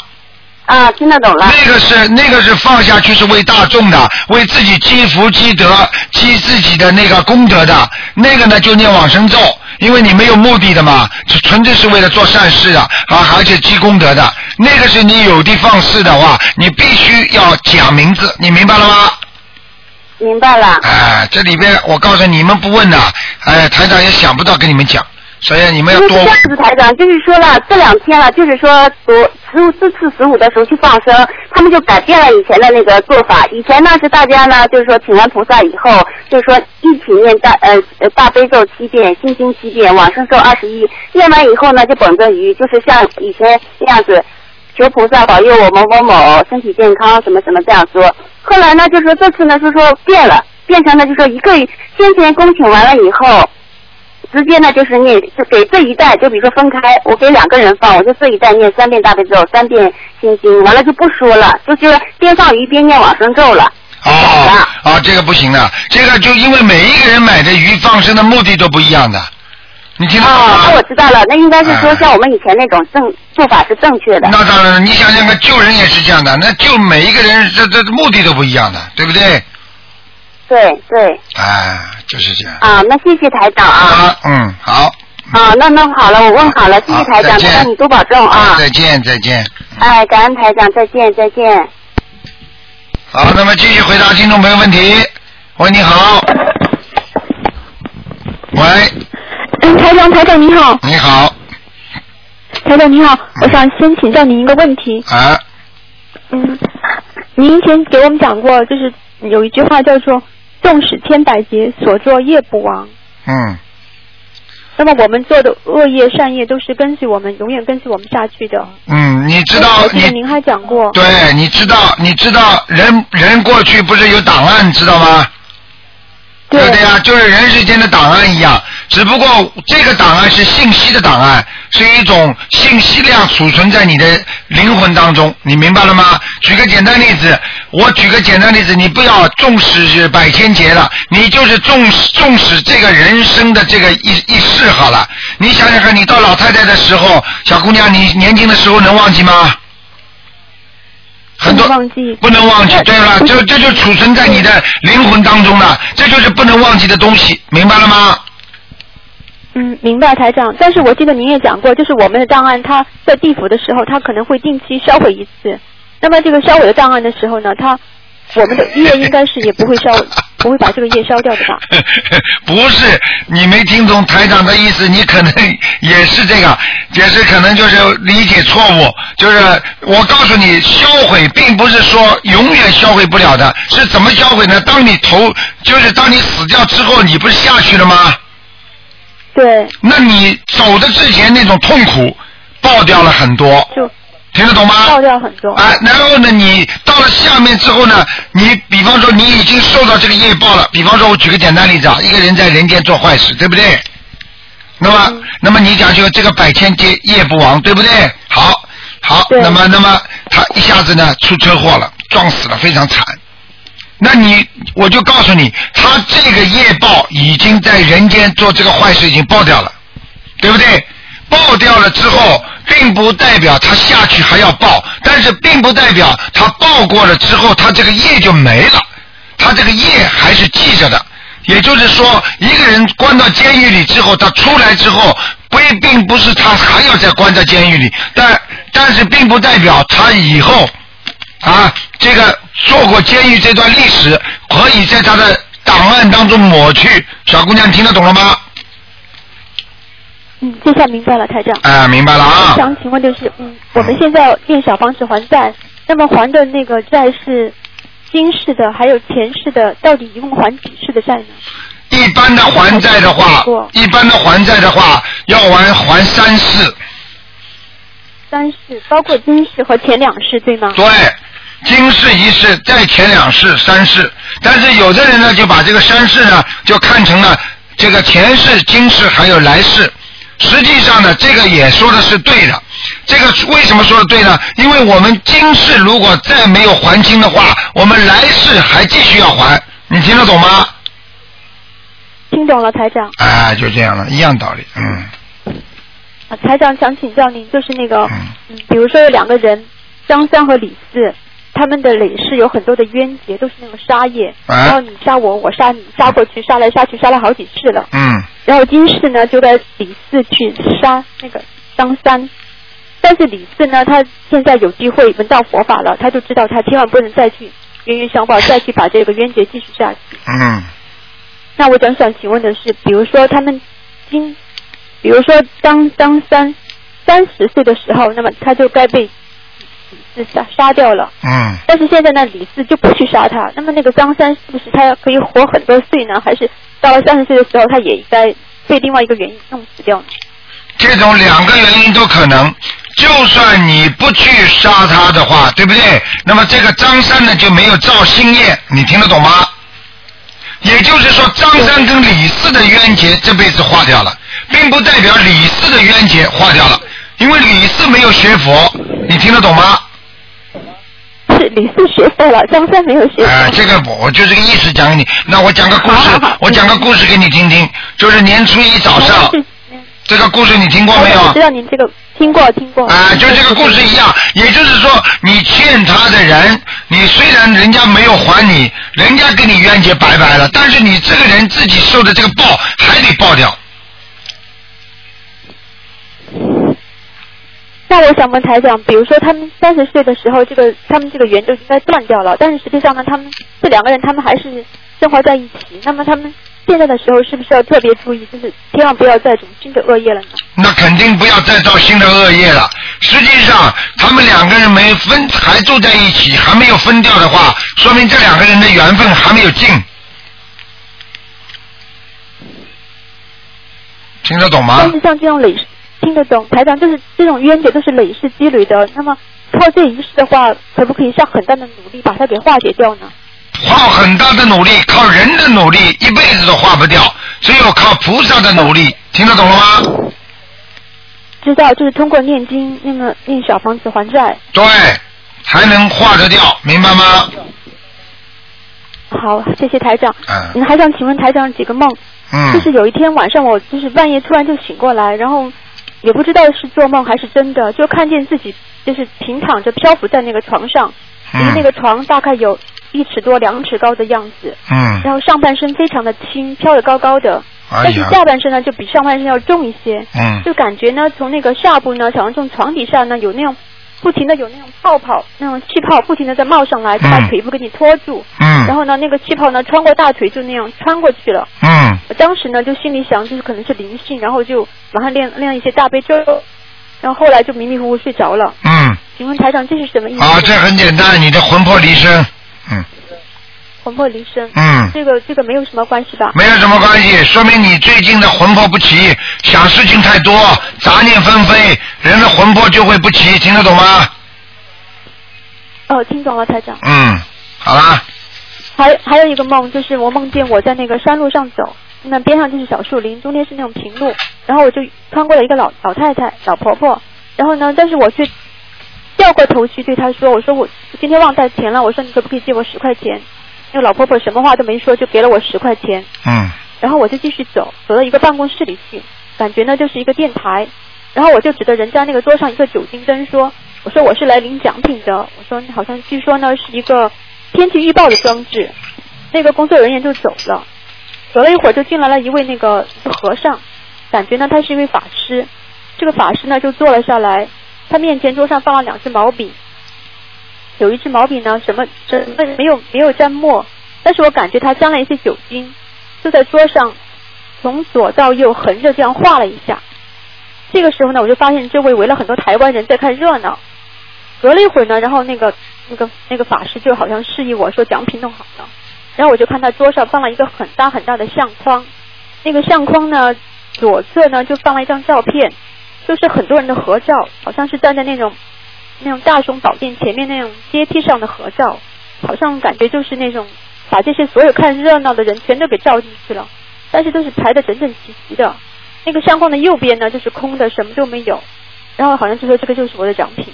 E: 啊，听得懂了。
B: 那个是那个是放下去是为大众的，为自己积福积德积自己的那个功德的，那个呢就念往生咒，因为你没有目的的嘛，纯纯粹是为了做善事的啊，而且积功德的。那个是你有的放矢的话，你必须要讲名字，你明白了吗？
E: 明白了。
B: 哎，这里边我告诉你们不问的，哎，台长也想不到跟你们讲，所以你们要
E: 就是
B: 多
E: 这
B: 问
E: 样子，台长，就是说了，这两天了，就是说昨十五四次十五的时候去放生，他们就改变了以前的那个做法。以前呢是大家呢，就是说请完菩萨以后，就是说一起念大呃呃大悲咒七遍，心经七遍，往生咒二十一，念完以后呢就捧着鱼，就是像以前那样子，求菩萨保佑我某某某身体健康，什么什么这样说。后来呢，就说这次呢，就说变了，变成了就说一个先前恭请完了以后，直接呢就是念就给这一代，就比如说分开，我给两个人放，我就这一代念三遍大悲咒，三遍心经，完了就不说了，就是边放鱼边念往生咒了。
B: 哦，啊，这个不行的，这个就因为每一个人买的鱼放生的目的都不一样的，你听得懂
E: 哦，
B: 吗？
E: 那我知道了，那应该是说
B: 哎
E: 像我们以前那种正做法是正确的。
B: 那当然了，你想想看，救人也是这样的，那救每一个人这这目的都不一样的，对不对？
E: 对对，
B: 哎，就是这样。
E: 啊，那谢谢台长啊。
B: 啊，嗯，好，
E: 啊，那那好了，我问好了，谢谢
B: 好
E: 台长，
B: 再见
E: 台长你多保重啊。
B: 再见，再见。
E: 哎，感恩台长，再见再见。
B: 好，那么继续回答听众朋友问题。喂，你好。
E: 哎
B: 喂，
F: 嗯，
E: 哎
F: 台长，台长你好，
B: 你好，嗯
F: 台长你好，我想先请教您一个问题。
B: 啊，
F: 嗯，您以前给我们讲过，就是有一句话叫做“纵使千百劫，所作业不亡
B: 嗯，”。
F: 那么我们做的恶业、善业都是跟随我们，永远跟随我们下去的。
B: 嗯，你知道
E: 哎
F: 我记
B: 你
F: 得您还讲过，
B: 对，你知道，你知道人人过去不是有档案，知道吗？
F: 对
B: 不对呀、就是人世间的档案一样，只不过这个档案是信息的档案，是一种信息量储存在你的灵魂当中，你明白了吗？举个简单例子，我举个简单例子，你不要重视百千劫了，你就是重视重视这个人生的这个一一世好了。你想想看，你到老太太的时候，小姑娘，你年轻的时候能忘记吗？很多
F: 不能忘记
B: 不能忘记，对了，这这就储存在你的灵魂当中了，这就是不能忘记的东西，明白了吗？
F: 嗯，明白台长。但是我记得您也讲过，就是我们的档案，它在地府的时候，它可能会定期销毁一次。那么这个销毁的档案的时候呢，它我们的业应该是也不会销，不会把这个业烧掉的吧？
B: 不是，你没听懂台长的意思，你可能也是这个，也是可能就是理解错误。就是我告诉你，销毁并不是说永远销毁不了的，是怎么销毁呢？当你投，就是当你死掉之后，你不是下去了吗？
F: 对，
B: 那你走的之前那种痛苦，爆掉了很多，
F: 就
B: 听得懂吗？
F: 爆掉很多。
B: 啊，然后呢，你到了下面之后呢，你比方说你已经受到这个业报了，比方说我举个简单例子啊，一个人在人间做坏事，对不对？那么，
F: 嗯
B: 那么你讲就这个百千劫业不亡，对不对？好，好，
F: 对
B: 那么那么他一下子呢出车祸了，撞死了，非常惨。那你我就告诉你，他这个业报已经在人间做这个坏事已经爆掉了，对不对？爆掉了之后，并不代表他下去还要爆，但是并不代表他爆过了之后，他这个业就没了，他这个业还是记着的。也就是说，一个人关到监狱里之后，他出来之后，不并不是他还要再关在监狱里，但但是并不代表他以后啊，这个做过监狱这段历史，可以在他的档案当中抹去。小姑娘听得懂了吗？
F: 嗯，这下明白了，台长。
B: 啊，明白了啊。
F: 我想请问的是，嗯，我们现在念小房子还债，那么还的那个债是今世的，还有前世的，到底一共还几世的债呢？
B: 一般的还债的话，一般的还债的话，要还还三次。
F: 三世，包括今世和前两世，对吗？
B: 对，今世一世，再前两世三世。但是有的人呢，就把这个三世呢，就看成了这个前世、今世还有来世。实际上呢，这个也说的是对的。这个为什么说的对呢？因为我们今世如果再没有还清的话，我们来世还继续要还。你听得懂吗？
F: 听懂了，台长。
B: 哎，就这样了，一样道理。嗯
F: 啊，台长想请教您，就是那个，
B: 嗯。
F: 嗯，比如说有两个人，张三和李四，他们的累世有很多的冤结，都是那种杀业，
B: 啊
F: 然后你杀我，我杀你，杀过去，杀来杀去，杀了好几世了。
B: 嗯
F: 然后今世呢，就在李四去杀那个张三，但是李四呢，他现在有机会闻到佛法了，他就知道他千万不能再去冤冤相报，再去把这个冤结继续下去。
B: 嗯。
F: 那我想想请问的是，比如说他们今，比如说当张三三十岁的时候，那么他就该被李四杀杀掉了。
B: 嗯，
F: 但是现在呢，李四就不去杀他。那么那个张三是不是他可以活很多岁呢？还是到了三十岁的时候，他也应该被另外一个原因弄死掉呢？
B: 这种两个原因都可能。就算你不去杀他的话，对不对？那么这个张三呢就没有造新业，你听得懂吗？也就是说，张三跟李四的冤结这辈子化掉了，并不代表李四的冤结化掉了，因为李四没有学佛，你听得懂吗？
F: 是李四学佛了，张三没有学佛。
B: 哎、这个我就这个意思讲给你。那我讲个故事
F: 好好好，
B: 我讲个故事给你听听，就是年初一早上，
F: 是
B: 这个故事你听过没有？
F: 我知道您这个听过听过。
B: 啊，就这个故事一样，也就是说，你欠他的人，你虽然人家没有还你，人家跟你冤结拜拜了，但是你这个人自己受的这个报还得报掉。
F: 那我想问台长，比如说他们三十岁的时候，这个他们这个缘就应该断掉了，但是实际上呢，他们这两个人他们还是生活在一起。那么他们现在的时候是不是要特别注意，就是千万不要再种新的恶业了呢？
B: 那肯定不要再造新的恶业了。实际上，他们两个人没分，还住在一起，还没有分掉的话，说明这两个人的缘分还没有尽。听得懂吗？
F: 但是像这种累世，听得懂台长，就是这种冤结都是累世积累的。那么靠这一世的话，可不可以下很大的努力把它给化解掉呢？
B: 靠很大的努力，靠人的努力，一辈子都化不掉，只有靠菩萨的努力。听得懂了吗？
F: 知道，就是通过念经，那么念小房子还债。
B: 对，才能化得掉，明白吗？
F: 好，谢谢台长。
B: 嗯
F: 嗯，还想请问台长几个梦？就
B: 嗯
F: 是，有一天晚上，我就是半夜突然就醒过来，然后也不知道是做梦还是真的，就看见自己就是平躺着漂浮在那个床上，离那
B: 嗯
F: 个床大概有一尺多、两尺高的样子，然
B: 嗯，
F: 后上半身非常的轻，飘得高高的，
B: 哎
F: 但是
B: 呀，
F: 下半身呢就比上半身要重一些，
B: 嗯
F: 就感觉呢从那个下部呢，好像从床底下呢有那种不停的有那种泡泡，那种气泡不停的在冒上来，就把
B: 嗯
F: 腿部给你托住。
B: 嗯
F: 然后呢，那个气泡呢穿过大腿就那样穿过去了。
B: 嗯
F: 我当时呢就心里想，就是可能是灵性，然后就马上练练一些大悲咒，然后后来就迷迷糊糊睡着了。
B: 嗯，
F: 请问台长，这是什么意思？
B: 啊，这很简单，你的魂魄离身，嗯
F: 魂魄离身，
B: 嗯，
F: 这个这个没有什么关系吧？
B: 没有什么关系，说明你最近的魂魄不齐，想事情太多，杂念纷飞，人的魂魄就会不齐，听得懂吗？
F: 哦，听懂了，台长。
B: 嗯，好啦，
F: 还还有一个梦，就是我梦见我在那个山路上走，那边上就是小树林，中间是那种平路，然后我就穿过了一个老老太太、老婆婆，然后呢，但是我却掉过头去对她说，我说我今天忘带钱了，我说你可不可以借我十块钱？那个老婆婆什么话都没说，就给了我十块钱，
B: 嗯
F: 然后我就继续走，走到一个办公室里去，感觉呢就是一个电台，然后我就指着人家那个桌上一个酒精灯说，我说我是来领奖品的，我说好像据说呢是一个天气预报的装置，那个工作人员就走了，走了一会儿就进来了一位那个一个和尚，感觉呢他是一位法师，这个法师呢就坐了下来，他面前桌上放了两支毛笔，有一支毛笔呢什么什么没有没有沾墨，但是我感觉他沾了一些酒精。就在桌上从左到右横着这样画了一下。这个时候呢，我就发现周围围了很多台湾人在看热闹。隔了一会儿呢，然后那个那个那个法师就好像示意我说奖品弄好了，然后我就看他桌上放了一个很大很大的相框，那个相框呢左侧呢就放了一张照片，就是很多人的合照，好像是站在那种那种大雄宝殿前面那种阶梯上的合照，好像感觉就是那种把这些所有看热闹的人全都给照进去了，但是都是排的整整齐齐的。那个相框的右边呢，就是空的，什么都没有。然后好像就说这个就是我的奖品。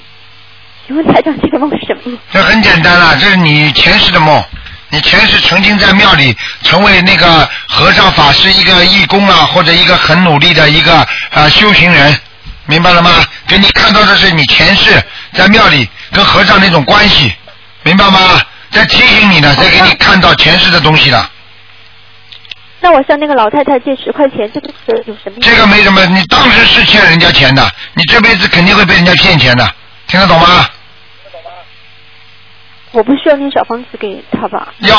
F: 请问台长，这个梦是什么意思？
B: 这很简单啦、这是你前世的梦。你前世曾经在庙里成为那个和尚、法师、一个义工啊，或者一个很努力的一个啊、呃修行人，明白了吗？给你看到的是你前世在庙里跟和尚那种关系，明白吗？在提醒你呢，在给你看到前世的东西了。
F: 那我向那个老太太借十块钱，这个是有什么意思？
B: 这个没什么，你当时是欠人家钱的，你这辈子肯定会被人家骗钱的，听得懂吗？
F: 我不需要念小房子给他吧？
B: 要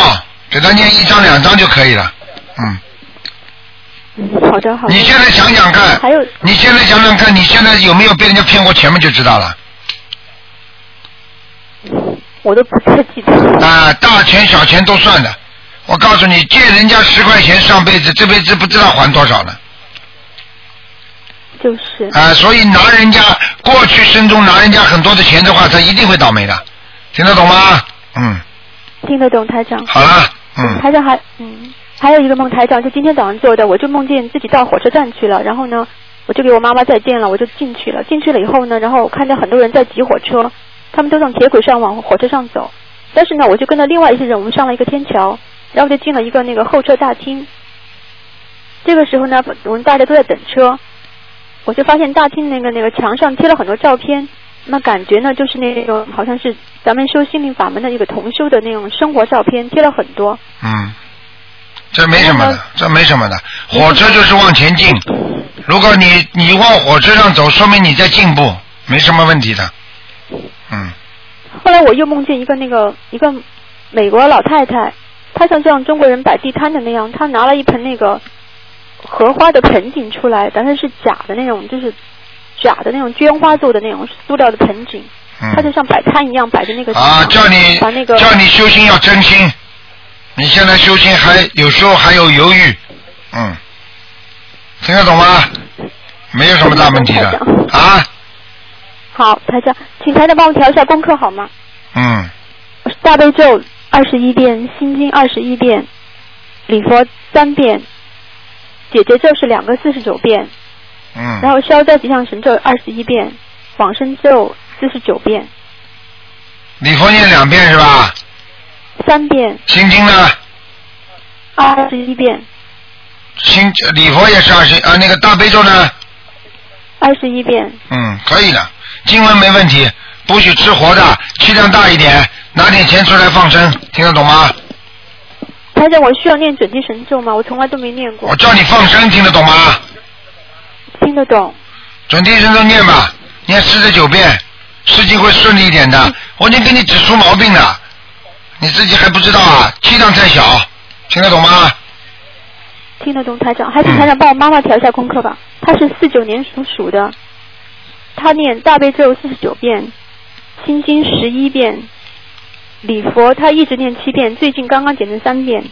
B: 给他念一张两张就可以了，嗯。
F: 嗯好的，好的
B: 你。现在想想看，
F: 还有
B: 你现在想想看，你现在有没有被人家骗过钱嘛？就知道了。
F: 我都不太记得。
B: 啊，大钱小钱都算的。我告诉你，借人家十块钱，上辈子这辈子不知道还多少呢。
F: 就是
B: 啊，所以拿人家过去生中拿人家很多的钱的话，他一定会倒霉的，听得懂吗？嗯，
F: 听得懂台长。
B: 好了，嗯，
F: 台长还嗯，还有一个梦，台长就今天早上做的，我就梦见自己到火车站去了，然后呢，我就给我妈妈再见了，我就进去了，进去了以后呢，然后我看见很多人在挤火车，他们都从铁轨上往火车上走，但是呢，我就跟着另外一些人，我们上了一个天桥，然后就进了一个那个候车大厅。这个时候呢，我们大家都在等车，我就发现大厅那个那个墙上贴了很多照片，那感觉呢就是那种好像是咱们修心灵法门的一个同修的那种生活照片，贴了很多。
B: 嗯，这没什么的，这没什么的。火车就是往前进，如果你你往火车上走，说明你在进步，没什么问题的。嗯，
F: 后来我又梦见一个那个一个美国老太太，她像像中国人摆地摊的那样，她拿了一盆那个荷花的盆景出来，但是是假的那种，就是假的那种绢花做的那种塑料的盆景，
B: 嗯
F: 她就像摆摊一样摆着那个
B: 啊，叫你
F: 把那个
B: 叫你修心要真心，你现在修心还有时候还有犹豫，嗯，听得懂吗？没有什么大问题的
F: 听得懂
B: 啊，
F: 好台长，请台长帮我调一下功课好吗？
B: 嗯，
F: 大悲咒二十一遍，心经二十一遍，礼佛三遍，姐姐咒是两个四十九遍，
B: 嗯，
F: 然后消灾吉祥神咒二十一遍，往生咒四十九遍，
B: 礼佛念两遍是吧？
F: 三遍
B: 心经呢？
F: 二十一遍，
B: 心礼佛也是二十啊，那个大悲咒呢？
F: 二十一遍，
B: 嗯，可以的，经文没问题，不许吃活的，气量大一点，拿点钱出来放生，听得懂吗？
F: 台长，我需要念准提神咒吗？我从来都没念过
B: 我，叫你放生，听得懂吗？
F: 听得懂。
B: 准提神咒念吧，念四十九遍，事情会顺利一点的。我已经给你指出毛病了，你自己还不知道啊，气量太小，听得懂吗？
F: 听得懂台长，还
B: 嗯
F: 请台长帮我妈妈调一下功课吧。她是四九年属鼠的，她念大悲咒四十九遍，心经十一遍，礼佛她一直念七遍，最近刚刚减成三遍。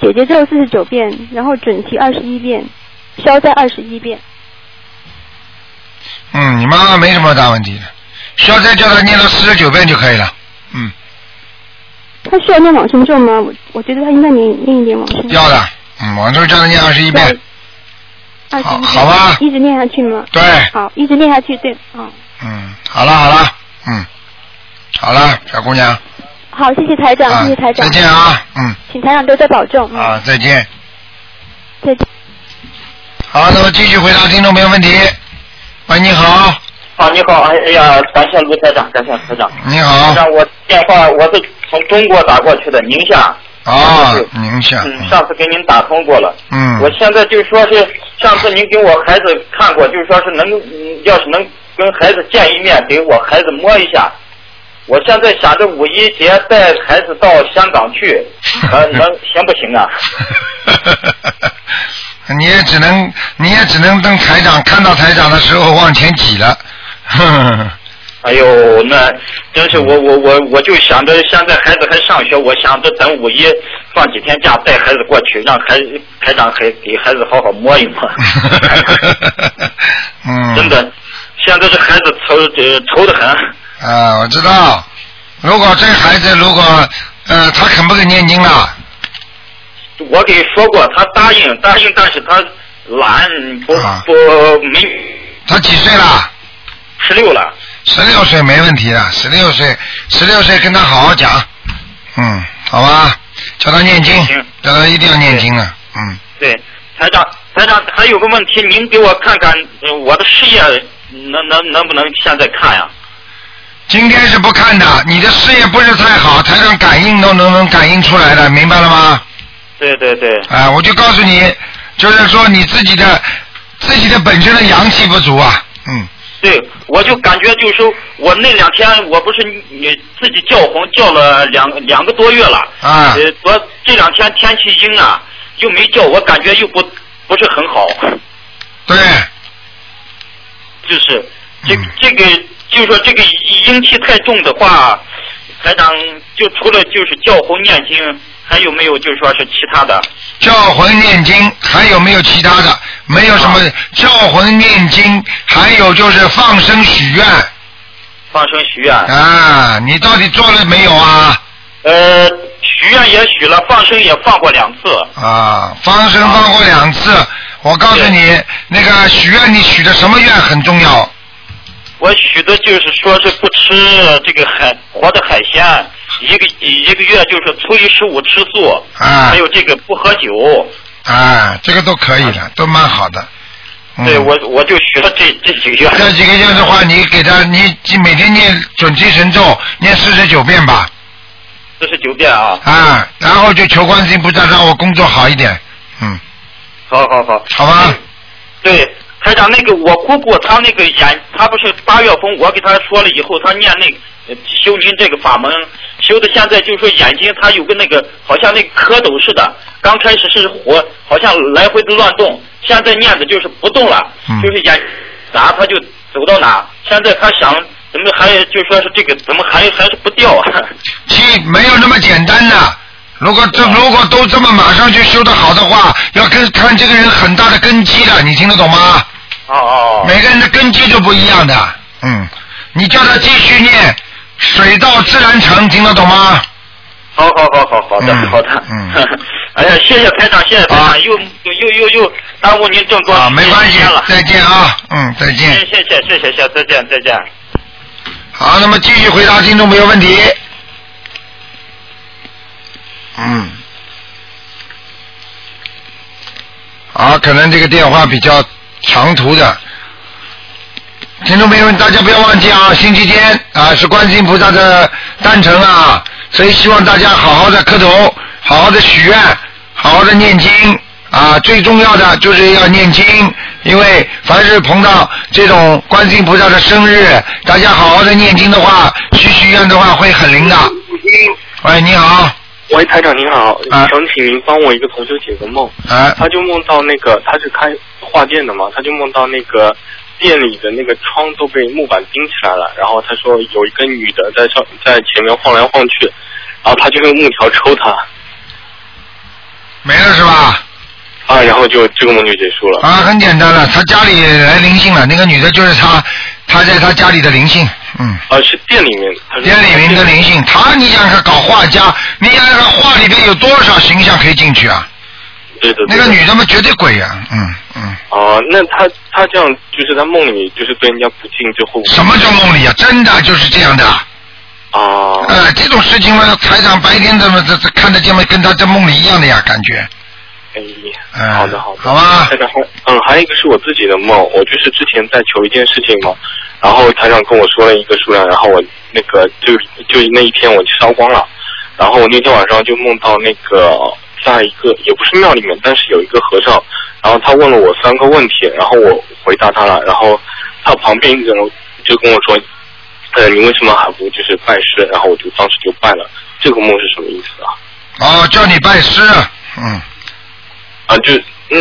F: 姐姐咒四十九遍，然后准提二十一遍，消灾二十一遍。
B: 嗯，你妈妈没什么大问题的，消灾叫她念到四十九遍就可以了。嗯，
F: 她需要念往生咒吗？我我觉得她应该念念一点往生咒。
B: 要的，嗯，往生咒叫她念二十一遍，
F: 二十一遍
B: 好好吧
F: 一直念下去吗？
B: 对，
F: 好，一直念下去，对，嗯，
B: 嗯，好了好了，嗯，好了，小姑娘，
F: 好，谢谢台长，
B: 啊
F: 谢谢台，长，
B: 再见，啊，嗯，
F: 请台长多多保重，嗯，
B: 啊，再见。
F: 再见。
B: 好，那么继续回答听众朋友问题。喂，你好，
G: 啊，你好，哎哎呀，感谢卢台长，感谢卢台长。啊
B: 你好，
G: 让我电话我是从中国打过去的，宁夏。
B: 啊，宁夏，
G: 嗯，上次给您打通过了。
B: 嗯，
G: 我现在就是说是上次您给我孩子看过，就是说是能，嗯要是能跟孩子见一面，给我孩子摸一下。我现在想着五一节带孩子到香港去， 呃，能行不行啊？
B: 你也只能，你也只能等台长看到台长的时候往前挤了。 嗯
G: 哎呦，那真是我我我我就想着现在孩子还上学，我想着等五一放几天假带孩子过去，让孩台长还给孩子好好摸 一摸。
B: 嗯，
G: 真的，现在这孩子愁呃愁得很。
B: 啊，我知道。如果这孩子如果呃他肯不肯念经啊？
G: 我给说过，他答应答应，但是他懒，不
B: 啊
G: 不没
B: 他几岁了？
G: 十六了。
B: 十六岁没问题了，十六岁，十六岁跟他好好讲，嗯，好吧，叫他念经
G: 行，
B: 叫他一定要念经啊，嗯，
G: 对，台长台长还有个问题，您给我看看、呃我的事业能能能不能现在看呀、
B: 今天是不看的，你的事业不是太好，台上感应都能能感应出来的，明白了吗？
G: 对对对。
B: 啊，我就告诉你，就是说你自己的自己的本身的阳气不足啊，嗯，
G: 对，我就感觉就是说我那两天我不是你自己叫红叫了两两个多月了，
B: 啊
G: 呃，昨这两天天气阴啊，又没叫，我感觉又不不是很好，
B: 对，
G: 就是这、
B: 嗯
G: 这个就是说这个阴气太重的话，台长就除了就是叫红念经，还有没有就是说是其他的？
B: 教魂念经，还有没有其他的？没有什么教魂念经，还有就是放生许愿
G: 放生许愿，
B: 啊，你到底做了没有啊？
G: 呃，许愿也许了，放生也放过两次，
B: 啊，放生放过两次，我告诉你，那个许愿你许的什么愿很重要。
G: 我许的就是说是不吃这个海活的海鲜，一个一个月就是初一十五吃素，
B: 啊
G: 还有这个不喝酒。
B: 啊，这个都可以的，都蛮好的。嗯、
G: 对我我就许了这这几个月。
B: 这几个愿的话，你给他，你你每天念准提神咒，念四十九遍吧，
G: 四十九遍啊，
B: 啊，然后就求观世音菩萨让我工作好一点，嗯，
G: 好好好。
B: 好吧，
G: 对，台长，那个我姑姑她那个眼，她不是八月份我给她说了以后，她念那个呃修您这个法门，修的现在就是说眼睛她有个那个好像那个蝌蚪似的，刚开始是活，好像来回的乱动，现在念的就是不动了，
B: 嗯
G: 就是眼哪她就走到哪，现在她想怎么还就说是这个怎么还还是不掉啊？
B: 气没有那么简单的。如果这如果都这么马上就修得好的话，要跟看这个人很大的根基的，你听得懂吗？
G: 哦哦
B: 每个人的根基就不一样的。嗯，你叫他继续念，水到自然成，听得懂吗？
G: 好好好好好的
B: 嗯
G: 好的，
B: 嗯
G: 哎呀，谢谢台长，谢谢台
B: 啊
G: 长，又又又又又耽误您这么多
B: 啊，没关系
G: 时间了，，
B: 再见啊，嗯，再
G: 谢
B: 见。
G: 谢谢谢谢谢，再见再见。
B: 好，那么继续回答听众朋友问题。嗯，好，可能这个电话比较长途的。听众朋友们，大家不要忘记啊，星期天啊是观世音菩萨的诞辰啊，所以希望大家好好的磕头，好好的许愿，好好的念经啊，最重要的就是要念经，因为凡是碰到这种观世音菩萨的生日，大家好好的念经的话，许许愿的话会很灵的。喂，你好，
H: 喂，台长您好，
B: 啊
H: 想请您帮我一个同修解个梦。
B: 啊
H: 他就梦到那个，他是开画店的嘛，他就梦到那个店里的那个窗都被木板钉起来了，然后他说有一个女的在上在前面晃来晃去，然后他就用木条抽她，
B: 没了是吧？
H: 啊，然后就这个梦就结束了。
B: 啊，很简单了，他家里来灵性了，那个女的就是他，他在他家里的灵性，嗯。
H: 啊，是店里面，他说
B: 店里面的灵性，他你想想看搞画家，你想想看画里边有多少形象可以进去啊？
H: 对的，对
B: 那
H: 的
B: 个女的嘛，绝对鬼啊，嗯嗯，
H: 哦、那他他这样就是在梦里就是对人家不敬，就会不会
B: 什么叫梦里啊？真的就是这样的，
G: 哦
H: 啊？
B: 呃，这种事情嘛，台长白天怎么这这看得见吗？跟他在梦里一样的呀，感觉，
H: 哎，
B: 嗯，
H: 好的好的，
B: 好吧
H: 台，长还嗯，还有一个是我自己的梦，我就是之前在求一件事情嘛，然后台长跟我说了一个数量，然后我那个就就那一天我就烧光了，然后我那天晚上就梦到那个在一个也不是庙里面，但是有一个和尚，然后他问了我三个问题，然后我回答他了，然后他旁边一个人就跟我说，呃，你为什么还不就是拜师？然后我就当时就拜了，这个梦是什么意思啊？
B: 哦，叫你拜师，嗯，
H: 啊，就那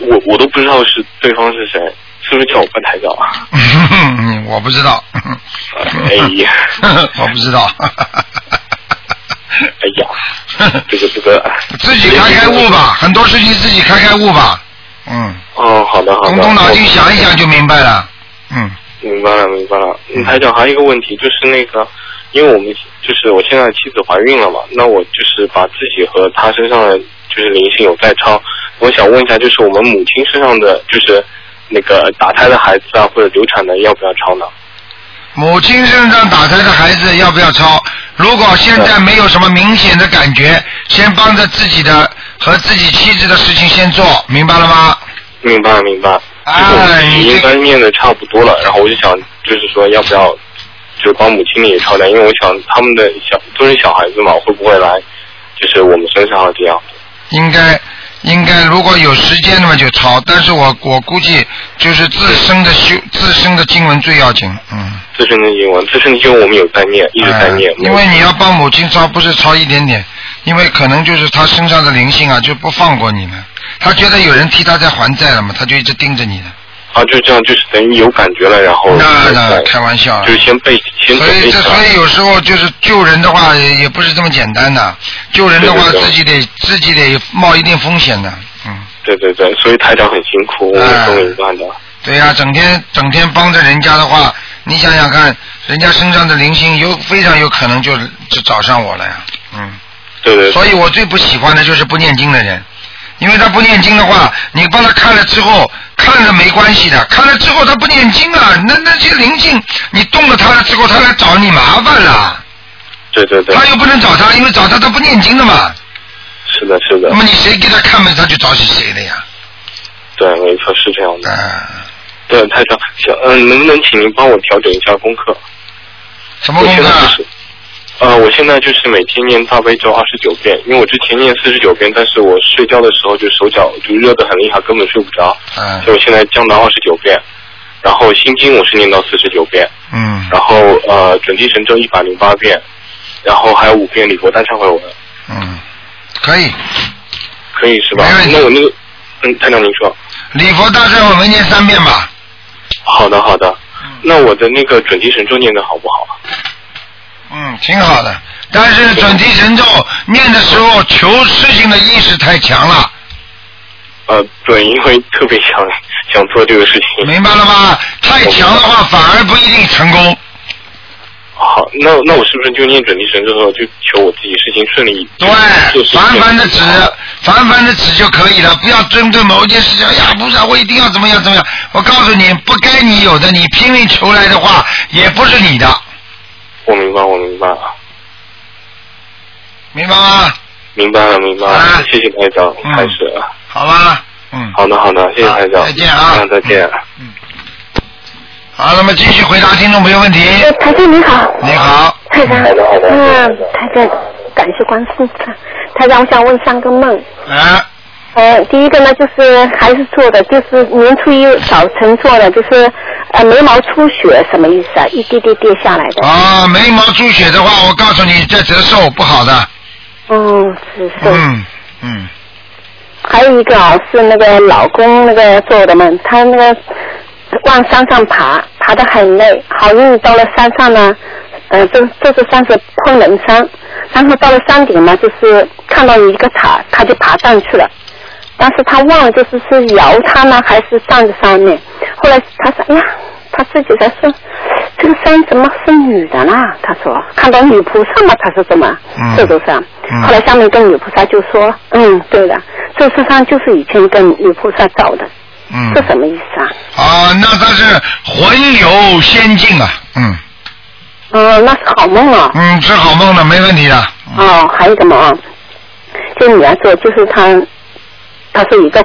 H: 我我都不知道是对方是谁，是不是叫我扮台长 啊？
B: 嗯我不知道，
H: 哎呀，
B: 我不知道，
H: 哎呀，这个这个，
B: 自己开开悟吧，很多事情自己开开悟吧，嗯，
H: 哦，好的好的，
B: 动动脑筋想一想就明白了，嗯。
H: 明白了明白了。嗯台长还有一个问题就是那个，因为我们就是我现在妻子怀孕了嘛，那我就是把自己和她身上的就是灵性有在抄，我想问一下，就是我们母亲身上的就是那个打胎的孩子啊，或者流产的要不要抄呢？
B: 母亲身上打胎的孩子要不要抄？如果现在没有什么明显的感觉，先帮着自己的和自己妻子的事情先做，明白了吗？
H: 明白明白，就是
B: 哎
H: 我已经
B: 这
H: 该念的差不多了，然后我就想，就是说要不要，就是帮母亲也抄点，因为我想他们的小都是小孩子嘛，会不会来，就是我们身上这样？
B: 应该应该，如果有时间的话就抄，但是我我估计就是自身的修自身的经文最要紧，嗯，
H: 自身的经文，自身的经文我们有在念，一直在念。
B: 哎因为你要帮母亲抄，不是抄一点点，因为可能就是她身上的灵性啊就不放过你了，她觉得有人替她在还债了嘛，她就一直盯着你了，
H: 啊，就这样，就是等于有感觉了，然后
B: 那那
H: 再
B: 开玩笑了
H: 就。是先背，先准
B: 所以
H: 备
B: 这
H: 起来
B: 所以有时候就是救人的话也也不是这么简单的，救人的话
H: 对对对
B: 自己得自己得冒一定风险的，嗯，
H: 对对对，所以台长很辛苦，我
B: 哎
H: 们都明白的。
B: 对呀、整天整天帮着人家的话，你想想看，人家身上的灵性有非常有可能就就找上我了呀，嗯，
H: 对对，
B: 所以我最不喜欢的就是不念经的人，因为他不念经的话，你帮他看了之后。看了没关系的，看了之后他不念经啊，那那些灵性，你动了他了之后，他来找你麻烦了，
H: 对对对，
B: 他又不能找他，因为找他他不念经的嘛。
H: 是的，是的
B: 那，么你谁给他看门，他就找起谁了呀？
H: 对，没错，是这样的。
B: 啊，
H: 对，台长，想嗯，能不能请您帮我调整一下功课？
B: 什么
H: 我
B: 功
H: 现
B: 课
H: 在就
B: 啊？
H: 是，呃，我现在就是每天念大悲咒二十九遍，因为我之前念四十九遍，但是我睡觉的时候就手脚就热得很厉害，根本睡不着，
B: 嗯
H: 所以我现在降到二十九遍。然后心经我是念到四十九遍，
B: 嗯
H: 然后呃准提神咒一百零八遍，然后还有五遍礼佛大忏悔文，
B: 嗯，可以。
H: 可以是吧
B: 没问？题
H: 那我那个，嗯，台长您说。
B: 礼佛大忏我们念三遍吧。
H: 好的好的，那我的那个准提神咒念的好不好啊？
B: 嗯，挺好的。但是准提神咒念的时候，求事情的意识太强了，
H: 呃，对，因为特别想 想做这个事情。
B: 明白了吗？太强的话，反而不一定成功。
H: 好，那那我是不是就念准提神咒的时候就求我自己事情顺利？
B: 对
H: 做，事情
B: 凡凡的指，凡凡的指就可以了，不要针对某一件事情。哎呀，菩萨，我一定要怎么样怎么样。我告诉你，不该你有的，你拼命求来的话，也不是你的，
H: 我明白，我明白，啊
B: 明白吗？
H: 明白了，明白了。
B: 啊
H: 谢谢台长，
B: 嗯
H: 开始了。
B: 好吧，嗯，
H: 好的，好的，谢谢
B: 好
H: 台长。
B: 再见啊
H: 嗯再见。
B: 好，那么继续回答听众朋友问题。
D: 哎
E: 台长你好，
B: 你好，
E: 台长，
D: 嗯
E: 嗯，台长，感谢观世音菩萨台长，我想问三个梦。
B: 哎，
D: 呃，第一个呢，就是还是错的，就是年初一早晨做的，就是呃眉毛出血，什么意思啊？一滴滴跌下来的。
B: 啊，眉毛出血的话，我告诉你，这折寿不好的。
D: 嗯，是是。
B: 嗯嗯，
D: 还有一个啊，是那个老公那个做的嘛，他那个往山上爬，爬得很累，好容易到了山上呢，呃，这这座山是昆仑山，然后到了山顶嘛，就是看到有一个塔，他就爬上去了，但是他忘了就是是摇他呢，还是站在上面，后来他说，哎呀，他自己在说。这个山怎么是女的啦？他说看到女菩萨嘛，他说怎么
F: 嗯
D: 这座山？
F: 嗯
D: 后来下面一个女菩萨就说，嗯，对的，这世上就是以前一个女菩萨造的，
B: 嗯
D: 这什么意思啊？
B: 啊，那他是魂游仙境啊，嗯
D: 哦、那是好梦啊。
B: 嗯，是好梦的，没问题的。
D: 哦，还有一个梦啊，就女儿说，就是她，她说有一个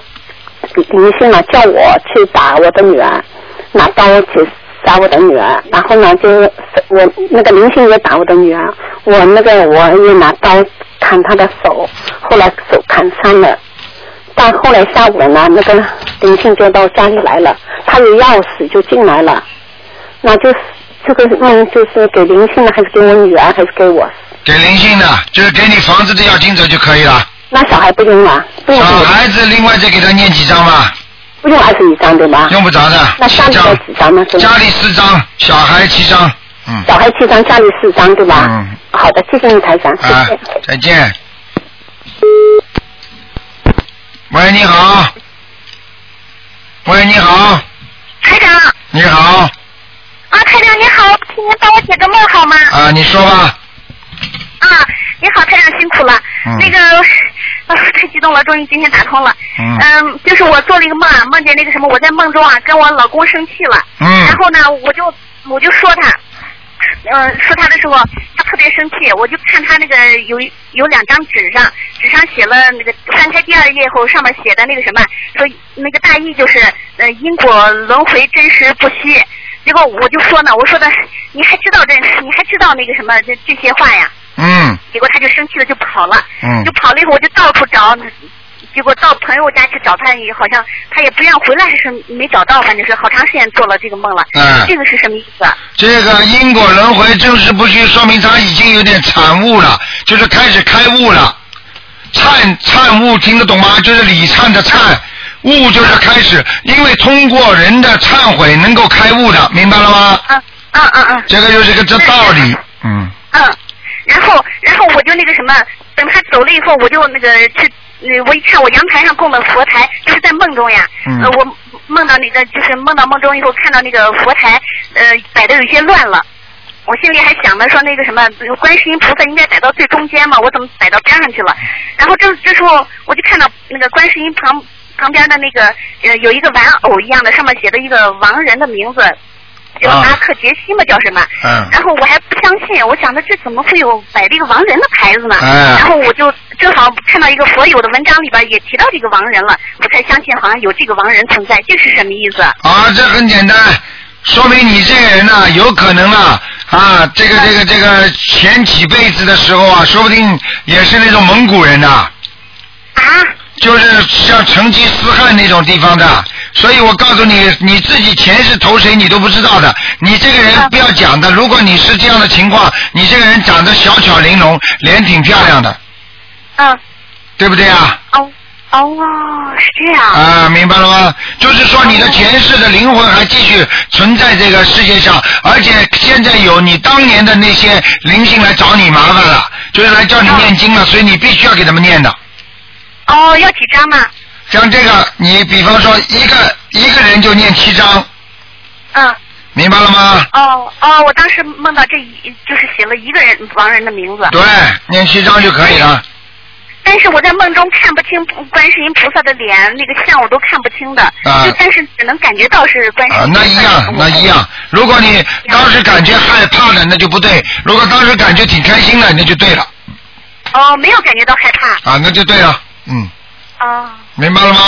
D: 明星嘛，叫我去打我的女儿，拿刀去杀我的女儿，然后呢，就是我那个明星也打我的女儿，我那个我也拿刀砍她的手，后来手砍伤了。但后来下午了呢，那个林信就到家里来了，他有钥匙就进来了，那就是这个梦就是给林信呢，还是给我女儿，还是给我？
B: 给灵性的，就是给你房子的要经者就可以了。
D: 那小孩不用啊，不用
B: 小孩子另外再给他念几张吧，
D: 不用二十一张对吗？
B: 用不着的。
D: 那家里的几张呢？
B: 家里四张，小孩七张。嗯。
D: 小孩七张，家里四张对吧？嗯。好的，谢谢你台长，谢
B: 啊
D: 谢。，
B: 再见。喂，你好。喂，你好，
E: 台长啊，
B: 你好，
E: 台长你好，请您帮我解个梦好吗？
B: 啊，你说吧，
E: 啊，你好，台长辛苦了。
B: 嗯
E: 那个、啊太激动了，终于今天打通了。
B: 嗯
E: 嗯，就是我做了一个梦啊，梦见那个什么，我在梦中啊跟我老公生气了。
F: 嗯
E: 然后呢，我就我就说他，嗯、说他的时候，他特别生气，我就看他那个有一有两张纸上，纸上写了那个翻开第二页以后，上面写的那个什么，说那个大意就是，呃，因果轮回真实不虚。结果我就说呢，我说的，你还知道这，你还知道那个什么这这些话呀？
B: 嗯
E: 结果他就生气了，就跑了。
B: 嗯
E: 就跑了以后，我就到处找，结果到朋友家去找他，也好像他也不愿回来，还是没找到，反正是好长时间做了这个梦了。
B: 嗯
E: 这个是什么意思啊？
B: 这个因果轮回真实不虚，说明他已经有点产悟了，就是开始开悟了。忏忏悟听得懂吗？就是礼忏的忏，悟就是开始，因为通过人的忏悔能够开悟的，明白了吗？
E: 嗯嗯嗯嗯。
B: 这个就是个这道理，嗯。
E: 嗯，然后然后我就那个什么，等他走了以后，我就那个去，呃我一看我阳台上供的佛台，就是在梦中呀，
F: 嗯
E: 呃，我梦到那个就是梦到梦中以后看到那个佛台，呃，摆的有些乱了。我心里还想着说那个什么，观世音菩萨应该摆到最中间嘛，我怎么摆到边上去了？然后这这时候我就看到那个观世音旁旁边的那个呃有一个玩偶一样的，上面写的一个亡人的名字，叫
F: 啊
E: 阿克杰西嘛，叫什么？
F: 嗯
E: 然后我还不相信，我想着这怎么会有摆这个亡人的牌子呢？
F: 哎
E: 然后我就正好看到一个佛友的文章里边也提到这个亡人了，我才相信好像有这个亡人存在，这是什么意思？
B: 啊，这很简单，说明你这个人呐、有可能啊啊，这个这个这个前几辈子的时候啊，说不定也是那种蒙古人呐、啊。就是像成吉思汗那种地方的，所以我告诉你，你自己前世投谁你都不知道的。你这个人不要讲的，如果你是这样的情况，你这个人长得小巧玲珑，脸挺漂亮的，
E: 嗯，
B: 对不对啊？
E: 哦哦，是这样。
B: 啊，明白了吗？就是说你
E: 哦
B: 的前世的灵魂还继续存在这个世界上，而且现在有你当年的那些灵性来找你麻烦了，就是来叫你念经了，所以你必须要给他们念的。
E: 哦，要几张嘛？
B: 像这个，你比方说一个一个人就念七章，
E: 嗯。
B: 明白了吗？
E: 哦哦，我当时梦到这一就是写了一个人亡人的名字。
B: 对，念七章就可以了。
E: 但是我在梦中看不清嗯观世音菩萨的脸，那个像我都看不清的，
B: 啊
E: 就但是只能感觉到是观世音
B: 啊，
E: 菩萨。
B: 那一样，那一样。如果你当时感觉害怕了，那就不对；如果当时感觉挺开心的，那就对了。
E: 哦，没有感觉到害怕。
B: 啊，那就对了。嗯，
E: 哦，
B: 明白了吗？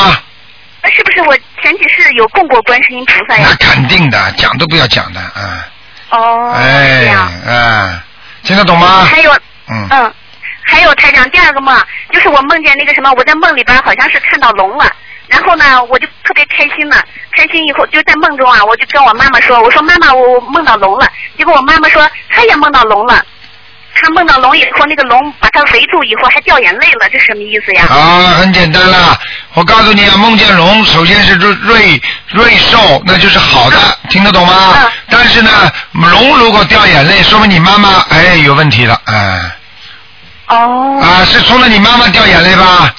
E: 那呃是不是我前几世有供过观世音菩萨呀？
B: 那肯定的，讲都不要讲的啊！
E: 哦，
B: 哎，啊，听得懂吗？
E: 还有，
B: 嗯
E: 嗯，还有台长第二个梦，啊就是我梦见那个什么，我在梦里边好像是看到龙了。然后呢，我就特别开心呢，开心以后就在梦中啊，我就跟我妈妈说，我说妈妈，我我梦到龙了。结果我妈妈说，她也梦到龙了，她梦到龙以后，那个龙把她围住以后还掉眼泪了，这什么意思呀？
B: 啊，很简单啦。我告诉你啊，梦见龙首先是瑞瑞瑞兽，那就是好的，
E: 啊
B: 听得懂吗？但是呢，龙如果掉眼泪，说明你妈妈哎有问题了，哎。
E: 哦。
B: 啊，是冲着你妈妈掉眼泪吧？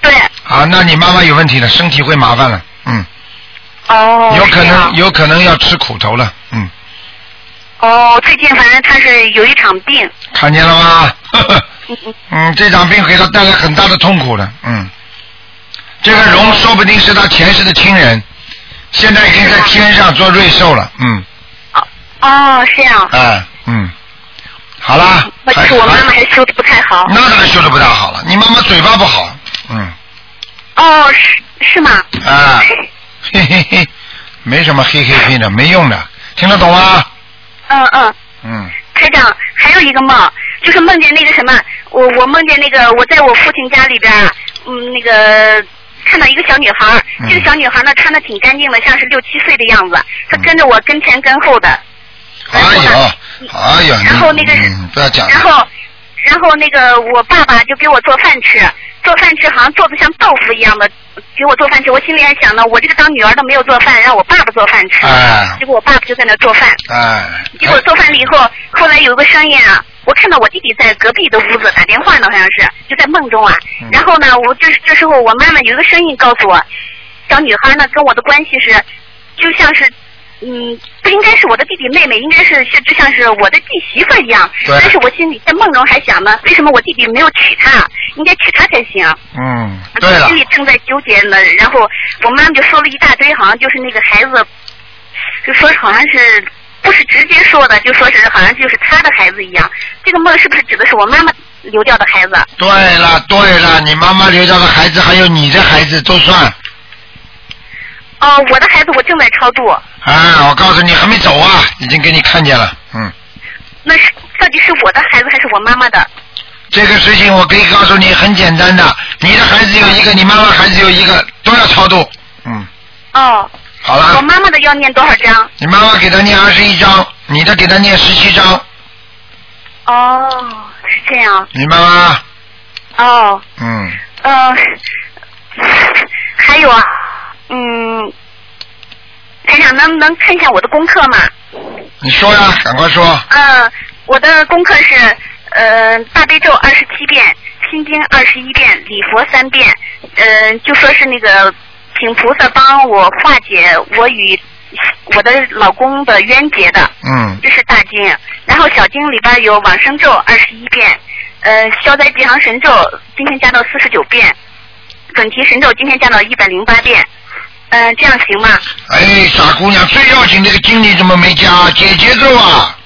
E: 对。
B: 啊，那你妈妈有问题了，身体会麻烦了，嗯。
E: 哦。
B: 有可
E: 这样
B: 能有可能要吃苦头了，嗯，
E: 哦，最近反正她是有一场病。
B: 看见了吗？ 嗯，这场病给他带来很大的痛苦了，嗯。这个龙说不定是他前世的亲人，现在已经在天上做瑞兽了，嗯，
E: 哦，是这样。
B: 哎，嗯，好啦，
E: 那就是我妈妈还修的不太好。
B: 那当然修的不大好了，你妈妈嘴巴不好， 嗯，
E: 哦，是是吗？
B: 啊，嘿嘿嘿，没什么嘿嘿嘿的，没用的，听得懂吗？
E: 嗯嗯，
B: 嗯，
E: 台长，还有一个梦，就是梦见那个什么，我我梦见那个我在我父亲家里边儿，嗯，那个看到一个小女孩儿，
B: 嗯
E: 这个小女孩呢穿的挺干净的，像是六七岁的样子，她跟着我跟前跟后的，
B: 哎呦，哎呦，
E: 然后那个
B: 你嗯，不要讲了
E: 然，后然后那个我爸爸就给我做饭吃，做饭吃好像做的像豆腐一样的，给我做饭吃，我心里还想呢，我这个当女儿的没有做饭，让我爸爸做饭吃，
B: 哎
E: 结果我爸爸就在那做饭。
B: 哎，
E: 结果做饭了以后，后来有一个声音啊，我看到我弟弟在隔壁的屋子打电话呢，好像是就在梦中啊。然后呢，我这这时候我妈妈有一个声音告诉我，小女孩呢跟我的关系是，就像是。嗯，不应该是我的弟弟妹妹，应该是是就像是我的弟媳妇儿一样。
B: 对
E: 但是我心里在梦中还想呢，为什么我弟弟没有娶她？应该娶她才行。
B: 嗯，对
E: 我
B: 了
E: 心，里正在纠结呢，然后我妈妈就说了一大堆，好像就是那个孩子，就说好像是不是直接说的，就说是好像就是他的孩子一样。这个梦是不是指的是我妈妈流掉的孩子？
B: 对了，对了，你妈妈留下的孩子还有你的孩子都算
E: 哦、我的孩子我正在超度，
B: 啊！我告诉你，还没走啊，已经给你看见了，嗯，
E: 那是到底是我的孩子还是我妈妈的？
B: 这个事情我可以告诉你，很简单的，你的孩子有一个，你妈妈孩子有一个，都要超度，嗯，
E: 哦，
B: 好
E: 我
B: 了，
E: 妈妈的要念多少章？
B: 你妈妈给他念二十一章，你的给他念十七章，
E: 哦，是这样。
B: 明白吗？
E: 哦，
B: 嗯，
E: 呃，还有啊，嗯，台长能能看一下我的功课吗？
B: 你说呀，赶快说，
E: 嗯，我的功课是，呃，大悲咒二十七遍，心经二十一遍，礼佛三遍，嗯、就说是那个，请菩萨帮我化解我与我的老公的冤结的，
B: 嗯，
E: 这是大经。然后小经里边有往生咒二十一遍，呃，消灾吉祥神咒今天加到四十九遍，准提神咒今天加到一百零八遍，嗯、这样行吗？
B: 哎，傻姑娘，最要紧这个经历怎么没加？姐姐咒啊，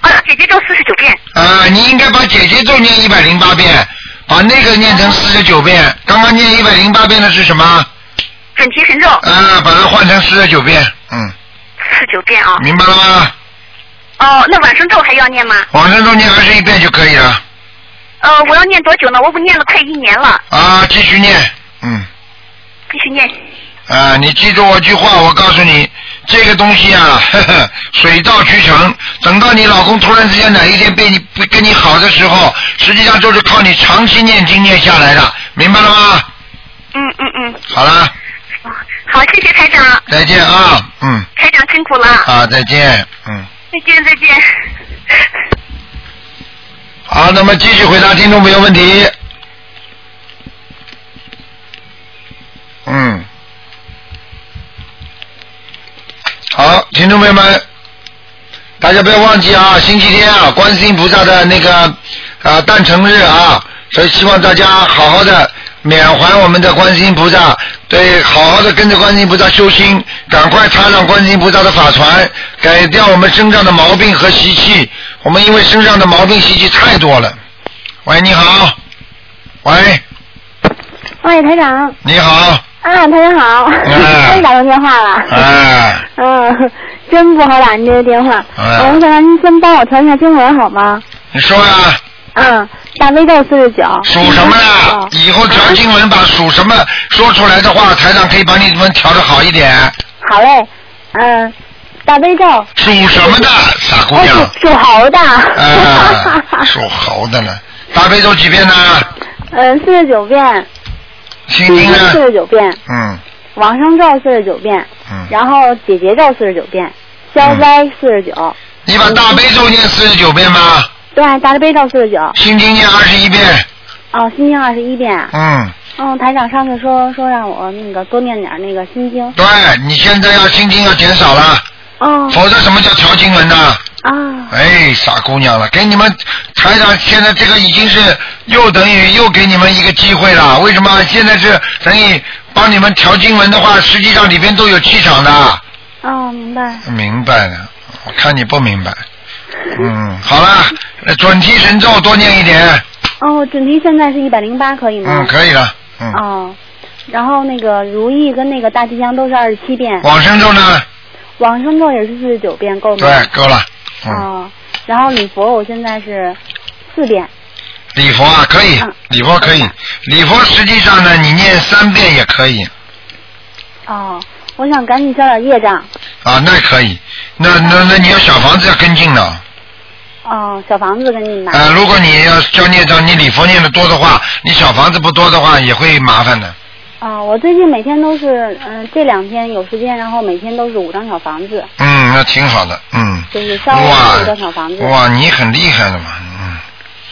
E: 啊，姐姐咒四十九遍。
B: 啊，你应该把姐姐咒念一百零八遍，把那个念
E: 嗯
B: 成四十九遍。刚刚念一百零八遍的是什么？
E: 准提神咒啊
B: 啊，把它换成四十九遍，嗯，
E: 四十九遍啊。
B: 明白了吗？
E: 哦，那往生咒还要念吗？
B: 往生咒念二十一遍就可以了。
E: 呃，我要念多久呢？我不念了快一年了，
B: 啊，继续念，嗯，
E: 必须念。
B: 啊，你记住我句话，我告诉你，这个东西啊，呵呵，水到渠成。等到你老公突然之间哪一天被你不跟你好的时候，实际上就是靠你长期念经念下来的，明白了吗？
E: 嗯嗯嗯，
B: 好了，
E: 好，谢谢台长，
B: 再见啊，嗯，
E: 台长辛苦了，
B: 啊，再见，嗯。
E: 再见再见。
B: 好，那么继续回答听众朋友问题。嗯，好，听众朋友们，大家不要忘记啊，星期天啊，观世音菩萨的那个啊诞辰日啊，所以希望大家好好的缅怀我们的观世音菩萨，对，好好的跟着观世音菩萨修心，赶快踏上观世音菩萨的法船，改掉我们身上的毛病和习气。我们因为身上的毛病习气太多了。喂，你好，喂，
I: 喂，台长
B: 你好，
I: 啊，台长好，
B: 哎
I: 终于打通电话了。
B: 哎，
I: 嗯，真不好打您这个电话。
B: 哎
I: 我想让您先帮我调一下经文好吗？啊
B: 你说呀、
J: 嗯，大悲咒四十九。
B: 属什么啦？以后调经文把属什么说出来的话，台长可以把你们调的好一点。
J: 好嘞，嗯，大悲咒。
B: 属什么的傻姑
J: 哦，
B: 娘？
J: 属属猴的。
B: 啊，属猴的呢。大悲咒几遍呢？
J: 嗯，四十九遍。
B: 心经
J: 四
B: 呢？
J: 十九遍，
B: 嗯，
J: 往生咒四十九遍，
B: 嗯
J: 然后解结咒四十九遍，消灾四十九，
B: 你把大悲咒念四十九遍吧，
J: 对，大悲咒四十九，
B: 心经念二十一遍。
J: 哦，心经二十一遍啊。
B: 嗯，
J: 嗯，台长上次说说让我那个多念点儿那个心经。
B: 对，你现在要心经要减少了，
J: 哦
B: 否则什么叫调经文呢？
J: 啊，
B: 哎，傻姑娘了，给你们台长现在这个已经是又等于又给你们一个机会了。为什么现在是等于帮你们调经文的话，实际上里边都有气场的。
J: 哦，明白。
B: 明白了，我看你不明白。嗯，好了，呃准提神咒多念一点，
J: 哦，准提现在是一百零八，可以吗？
B: 嗯，可以了。嗯，
J: 哦，然后那个如意跟那个大吉祥都是二十七遍，
B: 往生咒呢？
J: 往生咒也是四十九遍，够吗？
B: 对，够了。嗯，
J: 哦，然后礼佛我现在是四遍。
B: 礼佛啊，可
J: 嗯
B: 以，礼佛可以，礼佛实际上呢，你念三遍也可以。
J: 哦，我想赶紧消点业障。
B: 啊，那可以，那那那你要小房子要跟进了。
J: 哦，小房子跟你买。
B: 呃，如果你要交孽障，你礼佛念的多的话，你小房子不多的话，也会麻烦的。
J: 哦，我最近每天都是，嗯、这两天有时间，然后每天都是五张小房子，
B: 嗯，那挺好的，嗯。
J: 就是稍微五张小
B: 哇
J: 房子。
B: 哇，你很厉害了嘛，嗯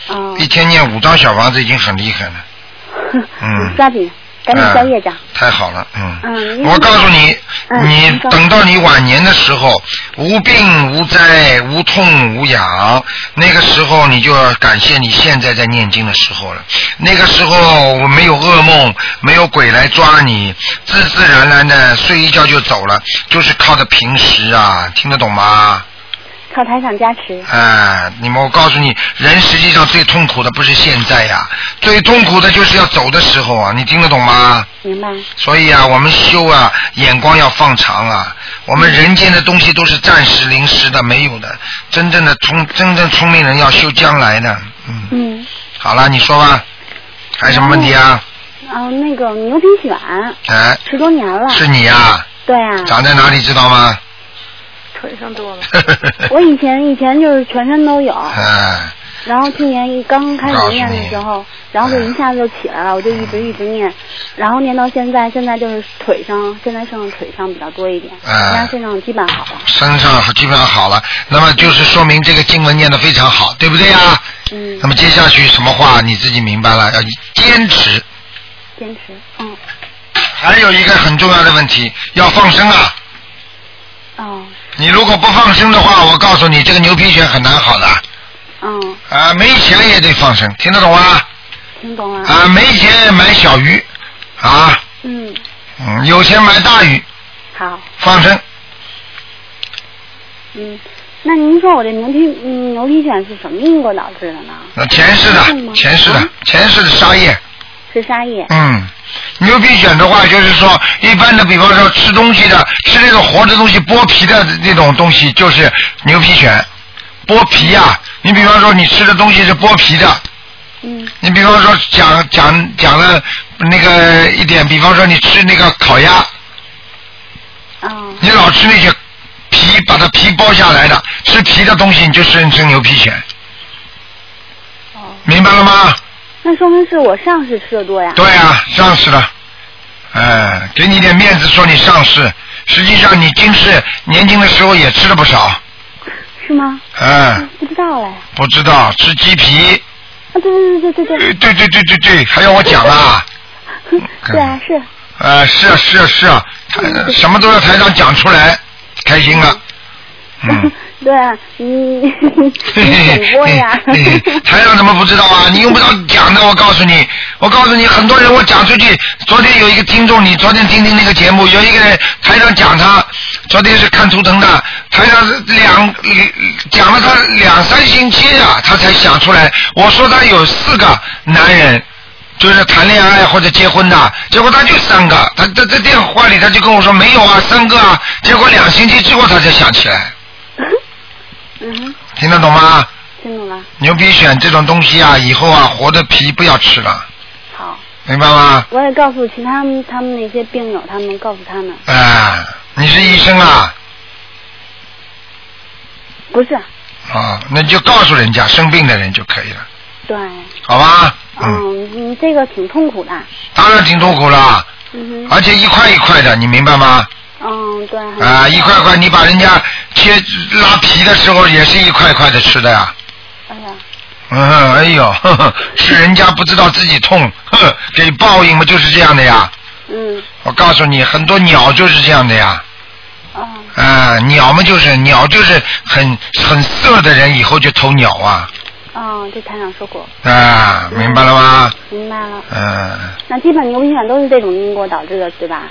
J: 哦
B: 一天念五张小房子已经很厉害了，嗯
J: 抓紧，赶紧消业障。
B: 太好了，嗯。
J: 嗯，因为
B: 我告诉你，
J: 嗯
B: 你
J: 您说
B: 等到你晚年的时候，无病无灾、无痛无痒，那个时候你就要感谢你现在在念经的时候了。那个时候我没有噩梦，没有鬼来抓你，自自然然的睡一觉就走了，就是靠着平时啊，听得懂吗？
J: 靠台长加持。
B: 哎，你们，我告诉你，人实际上最痛苦的不是现在呀、最痛苦的就是要走的时候啊，你听得懂吗？
J: 明白。
B: 所以啊，我们修啊，眼光要放长啊。我们人间的东西都是暂时、临时的，没有的。真正的聪，真正聪明人要修将来的。嗯，
J: 嗯，
B: 好了，你说吧，还有什么问题啊？
J: 啊、那个牛皮癣
B: 哎，
J: 十多年了。
B: 是你呀、
J: 对啊。
B: 长在哪里知道吗？
J: 腿上 多了。我以前以前就是全身都有，
B: 哎，
J: 然后去年一刚开始念的时候，然后就一下子就起来了，我就一直一直
B: 哎
J: 念，然后念到现在，现在就是腿上，现在剩腿上比较多一点，其
B: 哎
J: 他身上基本好了。
B: 身上基本上好了，那么就是说明这个经文念得非常好，对不对啊？
J: 嗯，
B: 那么接下去什么话你自己明白了，要坚持。
J: 坚持，嗯，
B: 还有一个很重要的问题，要放生啊。
J: 哦，
B: 你如果不放生的话，我告诉你，这个牛皮癣很难好的。
J: 嗯，
B: 啊，没钱也得放生，听得懂吗？
J: 听懂了。
B: 啊，没钱买小鱼，啊，
J: 嗯，
B: 嗯，有钱买大鱼，
J: 好，
B: 放生。
J: 嗯，那您说我这牛皮嗯牛皮癣是什么因果导致的呢？
B: 那前世
J: 是
B: 的，
J: 吗
B: 前世的，前世的杀业。
J: 是沙叶。
B: 嗯，牛皮癣的话，就是说一般的，比方说吃东西的，吃那种活的东西，剥皮的那种东西，就是牛皮癣。剥皮呀、你比方说你吃的东西是剥皮的，
J: 嗯
B: 你比方说讲讲讲了那个一点，比方说你吃那个烤鸭，
J: 啊
B: 你老吃那些皮把它皮剥下来的，吃皮的东西你就生生牛皮癣，
J: 哦，
B: 明白了吗？
J: 那说明是我上次吃的多呀。
B: 对啊，上市了，哎、给你点面子说你上市，实际上你今世年轻的时候也吃了不少，
J: 是吗？
B: 嗯、
J: 不知道嘞。
B: 不知道吃鸡皮，
J: 啊，对对对对对
B: 呃
J: 对。
B: 对对对对对，还要我讲啊？
J: 对啊，是。
B: 呃，是啊是啊是啊，台什么都要台长讲出来，开心了，嗯。
J: 对啊， 你你主播呀。
B: 台长怎么不知道啊？你用不着讲的，我告诉你，我告诉你，很多人我讲出去。昨天有一个听众，你昨天听听那个节目，有一个人台长讲他，昨天是看图腾的，台长是两讲了他两三星期啊，他才想出来。我说他有四个男人。就是谈恋爱或者结婚的，结果他就三个，他在在电话里他就跟我说没有啊，三个啊，结果两星期之后他才想起来，
J: 嗯哼，
B: 听得懂吗？
J: 听懂了。
B: 牛皮癣这种东西啊，以后啊活的皮不要吃了。
J: 好。
B: 明白吗？
J: 我也告诉其他们他们那些病友，他们告诉他们，
B: 哎、你是医生啊？
J: 不是，
B: 啊，那你就告诉人家生病的人就可以了，
J: 对，
B: 好吧？
J: 嗯，你这个挺痛苦的，
B: 当然挺痛苦了，
J: 嗯哼，
B: 而且一块一块的，你明白吗？
J: 嗯，对，
B: 啊、一块块，你把人家切拉皮的时候也是一块块的吃的呀、
J: 哎
B: 嗯哼，哎呦， 呵呵，是人家不知道自己痛， 呵，给报应嘛，就是这样的呀。
J: 嗯。
B: 我告诉你，很多鸟就是这样的呀。
J: 哦
B: 啊、鸟嘛就是鸟就是很很色的人，以后就投鸟啊
J: 嗯，这台长说过，
B: 啊，
J: 嗯
B: 明白了吗？
J: 明白了，
B: 嗯、
J: 那基本牛皮癣都是这种因果导致的，对吧？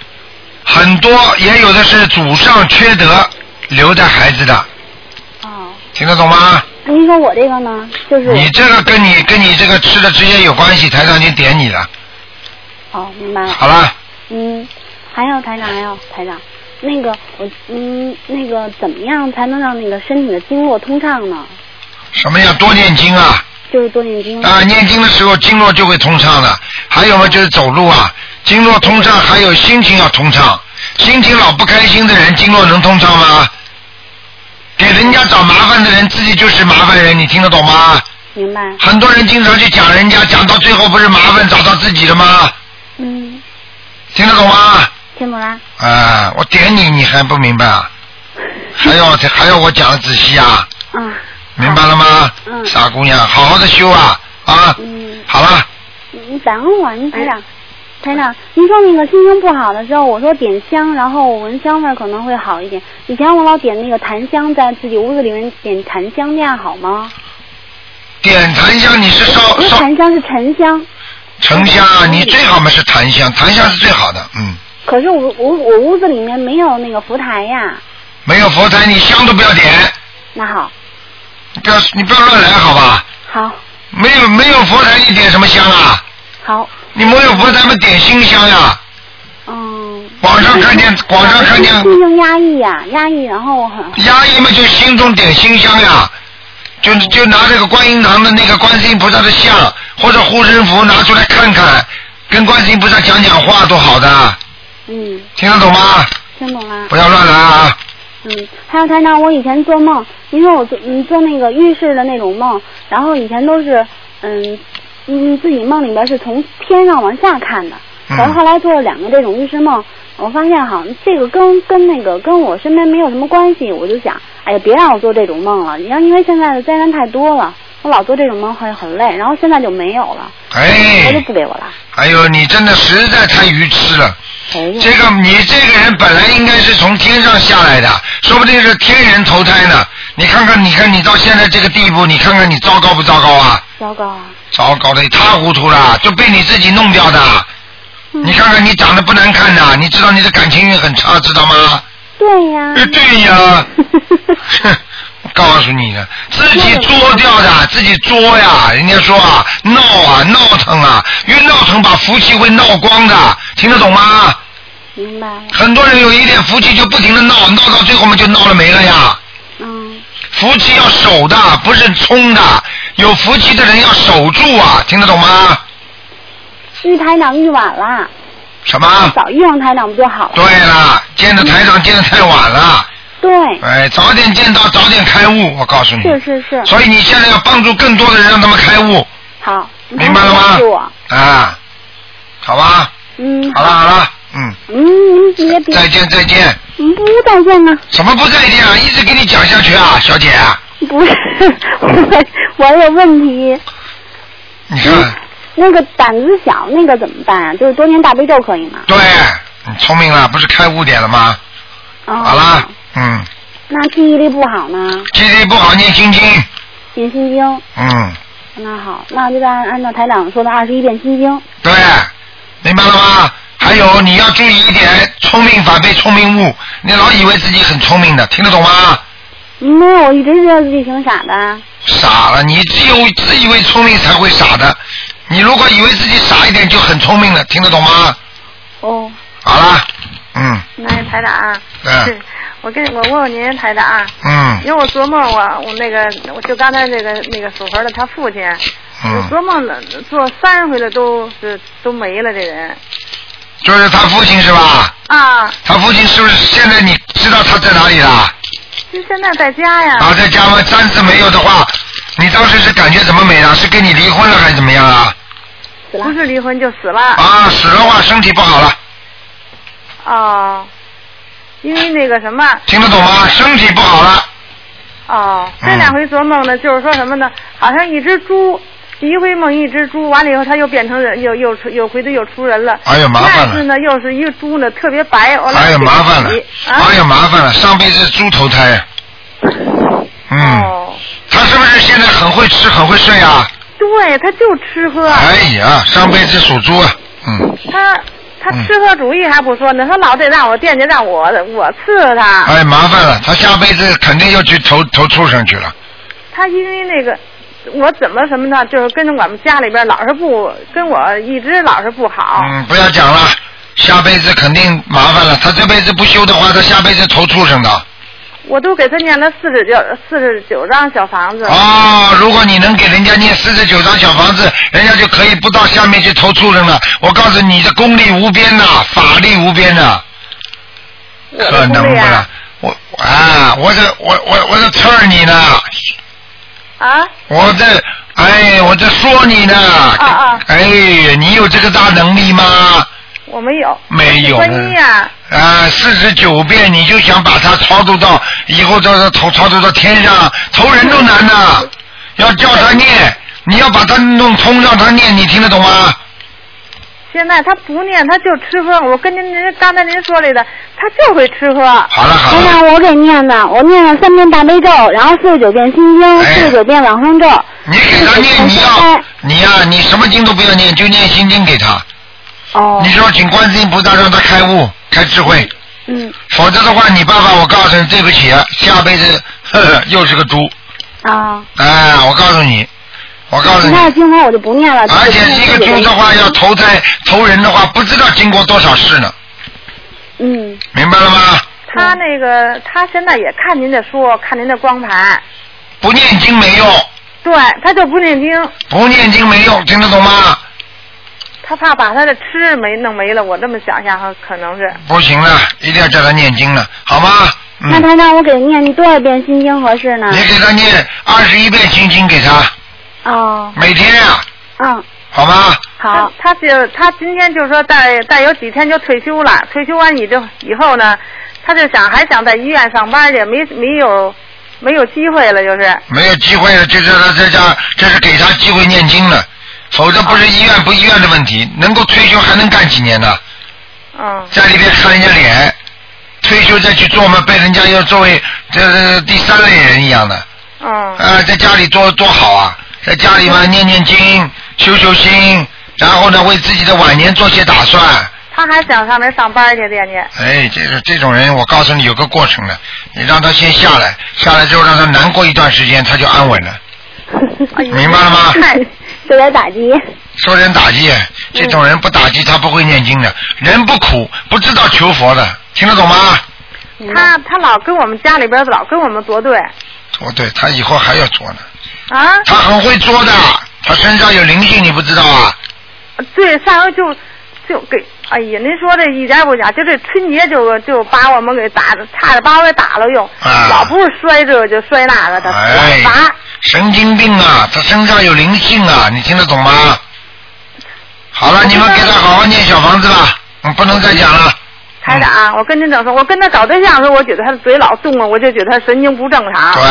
B: 很多也有的是祖上缺德留在孩子的。听得懂吗？
J: 那您说我这个呢，就是我
B: 你这个跟你跟你这个吃的直接有关系，台上已经点你了。
J: 哦，明白了。
B: 好了，
J: 嗯，还有台长，还有台长，那个我嗯，那个怎么样才能让那个身体的经络通畅呢？
B: 什么叫多念经啊？
J: 就是多念经。
B: 啊，念经的时候经络就会通畅的。还有嘛，就是走路啊，经络通畅，还有心情要通畅。心情老不开心的人，经络能通畅吗？给人家找麻烦的人，自己就是麻烦人，你听得懂吗？
J: 明白。
B: 很多人经常去讲人家，讲到最后不是麻烦找到自己了吗？
J: 嗯，
B: 听得懂吗？
J: 听懂啦？
B: 啊，我点你，你还不明白啊？还要还要我讲的仔细啊？
J: 嗯。
B: 明白了吗？
J: 嗯
B: 傻姑娘，好好的修啊啊！好了，
J: 你你等会儿，您台长，台长，您说那个心情不好的时候，我说点香，然后我闻香味儿可能会好一点。以前我老点那个檀香，在自己屋子里面点檀香，那样好吗？
B: 点檀香你是烧
J: 不是
B: 烧
J: 檀香是沉香，
B: 沉香啊？
J: 嗯
B: 你最好嘛是檀香，檀香是最好的，嗯，
J: 可是我我我屋子里面没有那个佛台呀。
B: 没有佛台你香都不要点，
J: 那好，
B: 你不要你不要乱来好吧？
J: 好，
B: 没有没有佛台你点什么香啊？
J: 好，
B: 你没有佛台嘛点心香呀、
J: 嗯。
B: 网上看见网上看见
J: 心情压抑呀、压抑，然后我很
B: 压抑嘛，就心中点心香呀，就
J: 嗯
B: 就拿这个观音堂的那个观世音菩萨的像或者护身符拿出来看看，跟观世音菩萨讲讲话多好的，
J: 嗯，
B: 听得懂吗？
J: 听懂啦。
B: 不要乱来啊！
J: 嗯，还有台长，我以前做梦，您说我做嗯做那个浴室的那种梦，然后以前都是嗯嗯自己梦里边是从天上往下看的，
B: 嗯
J: 然后后来做了两个这种浴室梦，我发现好像这个跟跟那个跟我身边没有什么关系，我就想，哎呀，别让我做这种梦了，你要因为现在的灾难太多了，我老做这种梦会很累，然后现在就没有了，他就
B: 哎，
J: 不给我了，
B: 哎呦，你真的实在太愚痴了。
J: 哎呀，
B: 这个你这个人本来应该是从天上下来的，说不定是天人投胎呢。你看看，你看你到现在这个地步，你看看你糟糕不糟糕啊？
J: 糟糕啊，
B: 糟糕的一塌糊涂了，就被你自己弄掉的。
J: 嗯
B: 你看看你长得不难看的，你知道你的感情运很差，知道吗？
J: 对呀，
B: 呃对 呀，哼我告诉你的，自己作掉的，自己作呀。人家说啊，闹啊，闹腾啊，越闹腾把福气会闹光的，听得懂吗？
J: 明白了，
B: 很多人有一点福气就不停的闹，闹到最后嘛就闹了没了呀。
J: 嗯，
B: 福气要守的，不是冲的。有福气的人要守住啊，听得懂吗？
J: 遇台长遇晚了，
B: 什么？
J: 早遇上台长不就好了？
B: 对了，见的台长见的太晚了，
J: 对，
B: 哎，早点见到，早点开悟，我告诉你。
J: 是是是。
B: 所以你现在要帮助更多的人，让他们开悟
J: 好，你
B: 明白了吗
J: 帮助我，
B: 啊，好吧？
J: 嗯，
B: 好了好了，嗯，
J: 嗯，您别别，
B: 再见再见。
J: 嗯，不再见呢，
B: 什么不再见啊？一直给你讲下去啊，小姐，
J: 不是，我我有问题，
B: 你
J: 嗯
B: 看，
J: 那个胆子小那个怎么办啊？就是多念大悲咒可以吗？
B: 对你聪明了，不是开悟点了吗？
J: 哦，
B: 好啦，嗯，
J: 那记忆力不好呢，
B: 记忆力不好念心经，
J: 念心经，
B: 嗯，
J: 那好，那就按按照台长说的二十一遍心经，
B: 对，明白了吗？还有你要注意一点，聪明反被聪明误。你老以为自己很聪明的，听得懂吗？
J: 没有，我一直知道自己挺傻的，
B: 傻了，你只有自以为聪明才会傻的。你如果以为自己傻一点，就很聪明了，听得懂吗？
J: 哦，
B: 好啦，嗯
K: 那台长啊，
B: 嗯
K: 是我跟我问问您台长啊，
B: 嗯
K: 因为我琢磨我我那个我就刚才那个那个属猴的他父亲，我
B: 嗯，
K: 琢磨了做三十回了都是都没了这人
B: 就是他父亲是吧？
K: 啊，
B: 他父亲是不是现在你知道他在哪里了？
K: 就现在在家呀，
B: 啊，在家吗？暂时没有的话，你当时是感觉怎么没了？是跟你离婚了还是怎么样啊？
K: 不是离婚就死了
B: 啊，死的话身体不好了，
K: 哦，因为那个什么
B: 听得懂吗？身体不好了，
K: 哦，这两回做梦呢，就是说什么呢？好像一只猪，第一回梦一只猪，完了以后它又变成人，又又出又回头又出人了。
B: 哎呀麻烦了
K: 那次呢，又是一猪呢，特别白，我
B: 哎呀麻烦了，
K: 啊
B: 哎呀麻烦了，上辈子猪投胎。嗯，他是不是现在很会吃很会睡啊？
K: 对，它就吃喝，
B: 哎呀，上辈子属猪啊，嗯，
K: 它它吃喝主义还不说呢，它老得让我惦记，让我我伺候它。
B: 哎麻烦了，他下辈子肯定又去投投畜生去了。
K: 它因为那个。我怎么什么呢？就是跟着我们家里边老是不跟我一直老是不好，
B: 嗯，不要讲了，下辈子肯定麻烦了。他这辈子不修的话，他下辈子投畜生的。
K: 我都给他念了四十九四十九张小房子。
B: 哦，如果你能给人家念四十九张小房子，人家就可以不到下面去投畜生了。我告诉你，这功力无边呐、法力无边呐、
K: 啊
B: 可能不啦？我啊，我这我我我这刺儿你呢，
K: 啊？
B: 我这哎，我这说你呢，
K: 哦
B: 哎，你有这个大能力吗？
K: 哦我没有。
B: 没有
K: 观音呀、
B: 啊，四十九遍，你就想把它超度到以后到到投超度到天上，投人都难呐、要叫他念，你要把他弄通，让他念，你听得懂吗？
K: 现在他不念，他就吃喝。我跟您您刚才您说来的，他就会吃喝。
B: 好了好
J: 了。台长，我给念的，我念了三遍大悲咒，然后四十九遍心
B: 哎
J: 经，四十九遍往生咒。
B: 你给他念，你
J: 嗯
B: 要你呀、你什么经都不要念，就念心经给他。
J: 哦。
B: 你说请观世音菩萨让他开悟、开智慧，
J: 嗯。
B: 否则的话，你爸爸我告诉你，对不起，啊下辈子呵呵又是个猪。
J: 啊。
B: 哎，我告诉你，我告诉
J: 其
B: 你，
J: 他的经文我就不念了。
B: 而且一个猪的话要投胎投人的话，不知道经过多少世呢，
J: 嗯，
B: 明白了吗？
K: 他那个他现在也看您的书，看您的光盘。
B: 不念经没用，
K: 对，他就不念经，
B: 不念经没用，听得懂吗？
K: 他怕把他的吃没弄没了。我这么想想，可能是。
B: 不行了，一定要叫他念经了，好吗？
J: 那台长，我给念多少遍心经合适呢？
B: 你给他念二十一遍心经给他，
J: 哦，
B: 每天啊，
J: 嗯，
B: 好吗？
K: 好，他就他今天就是说再再有几天就退休了，退休完以就以后呢，他就想还想在医院上班去，没没有没有机会了，就是
B: 没有机会了，就是他这家，这是给他机会念经了，否则不是医院不医院的问题，能够退休还能干几年呢？
K: 嗯，
B: 在里边看人家脸，退休再去做嘛，被人家又作为这、这第三类人一样的。
K: 嗯。
B: 啊，在家里多多好啊，在家里嘛
J: 嗯
B: 念念经，修修心，然后呢为自己的晚年做些打算。
K: 他还想上那上班去练去。
B: 哎，这个这种人，我告诉你有个过程的，你让他先下来，下来之后让他难过一段时间，他就安稳 了。明白了吗？
J: 哎受点打击。
B: 受人打击，哎这种人不打击他不会念经的，人不苦不知道求佛的，听得懂吗？
K: 他他老跟我们家里边老跟我们作对
B: 哦，对他以后还要做呢，
K: 啊。
B: 他很会作的，他身上有灵性，你不知道啊？
K: 对，上回就就给，哎呀，您说这一点儿不假，就这春节就就把我们给打，差点把我给打了又，老不是摔这个就摔那个的，
B: 啊哎
K: 老砸。，
B: 神经病啊，他身上有灵性啊，你听得懂吗？好了，你们给他好好念小房子吧，嗯，不能再讲了。
K: 台长、我跟您整说，我跟他搞对象的时候，我觉得他的嘴老动啊，我就觉得他神经不正 常。
B: 对，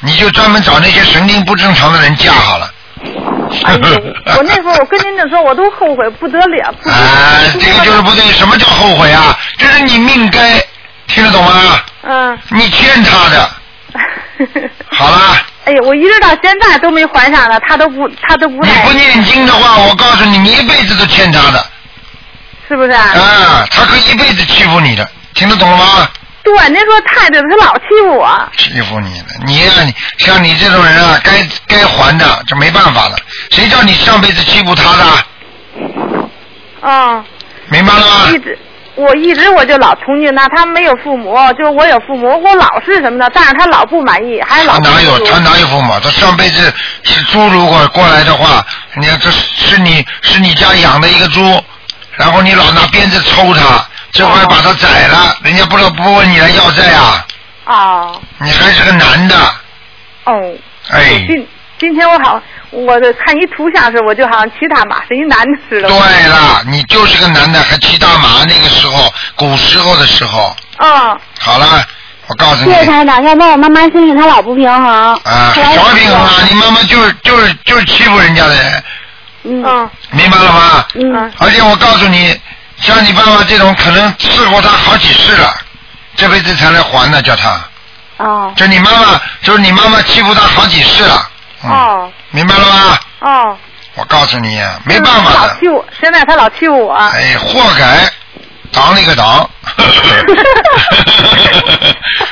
B: 你就专门找那些神经不正常的人嫁好了。
K: 哎 我那时候我跟您这说，我都后悔不得了。不
B: 哎，这个就是不对。什么叫后悔啊？这是你命该，听得懂吗？
K: 嗯，
B: 你欠他的。好啦，
K: 哎呀，我一直到现在都没还上呢，他都不，他都不
B: 你
K: 带，
B: 不念经的话，我告诉你，你一辈子都欠他的。
K: 是不是啊？
B: 啊，他可以一辈子欺负你的，听得懂了吗？
K: 对，您说太对了，他老欺负我。
B: 欺负你了，你呀、你像你这种人啊，该该还的，这没办法了。谁叫你上辈子欺负他的？
K: 嗯，
B: 明白了吗？
K: 一直我一直我就老同情他，他没有父母，就是我有父母，我老是什么呢？但是他老不满意，还老
B: 他哪
J: 啊
B: 有他哪有父母？他上辈子是猪，如果过来的话，你看这是你是你家养的一个猪，然后你老拿鞭子抽它，这
J: 哦
B: 会儿把它宰了，人家不知道不问你来要债啊？
K: 哦
B: 你还是个男的，
K: 哦，
B: 哎，
K: 今今天我好，我的看一图像是，我就好像骑大马是一男的似的。
B: 对了，你就是个男的，还骑大马那个时候，古时候的时候，
K: 嗯，
B: 好了，我告诉
J: 谢
B: 你，
J: 谢台长，要不然我妈妈心里她老不平衡。
B: 啊，
J: 后来
B: 什么平衡啊？你妈妈就是就是就是欺负人家的人，
K: 嗯
B: 明白了吗？
J: 嗯。
B: 而且我告诉你，像你爸爸这种，可能试过他好几次了，这辈子才来还呢，叫他。
J: 哦。
B: 就你妈妈，就是你妈妈欺负他好几次了，嗯
K: 哦
B: 明白了吗？
K: 哦，
B: 我告诉你，没办法
K: 老
B: 的，
K: 欺负，现在他老欺负我。
B: 哎，祸该，挡了一个 挡。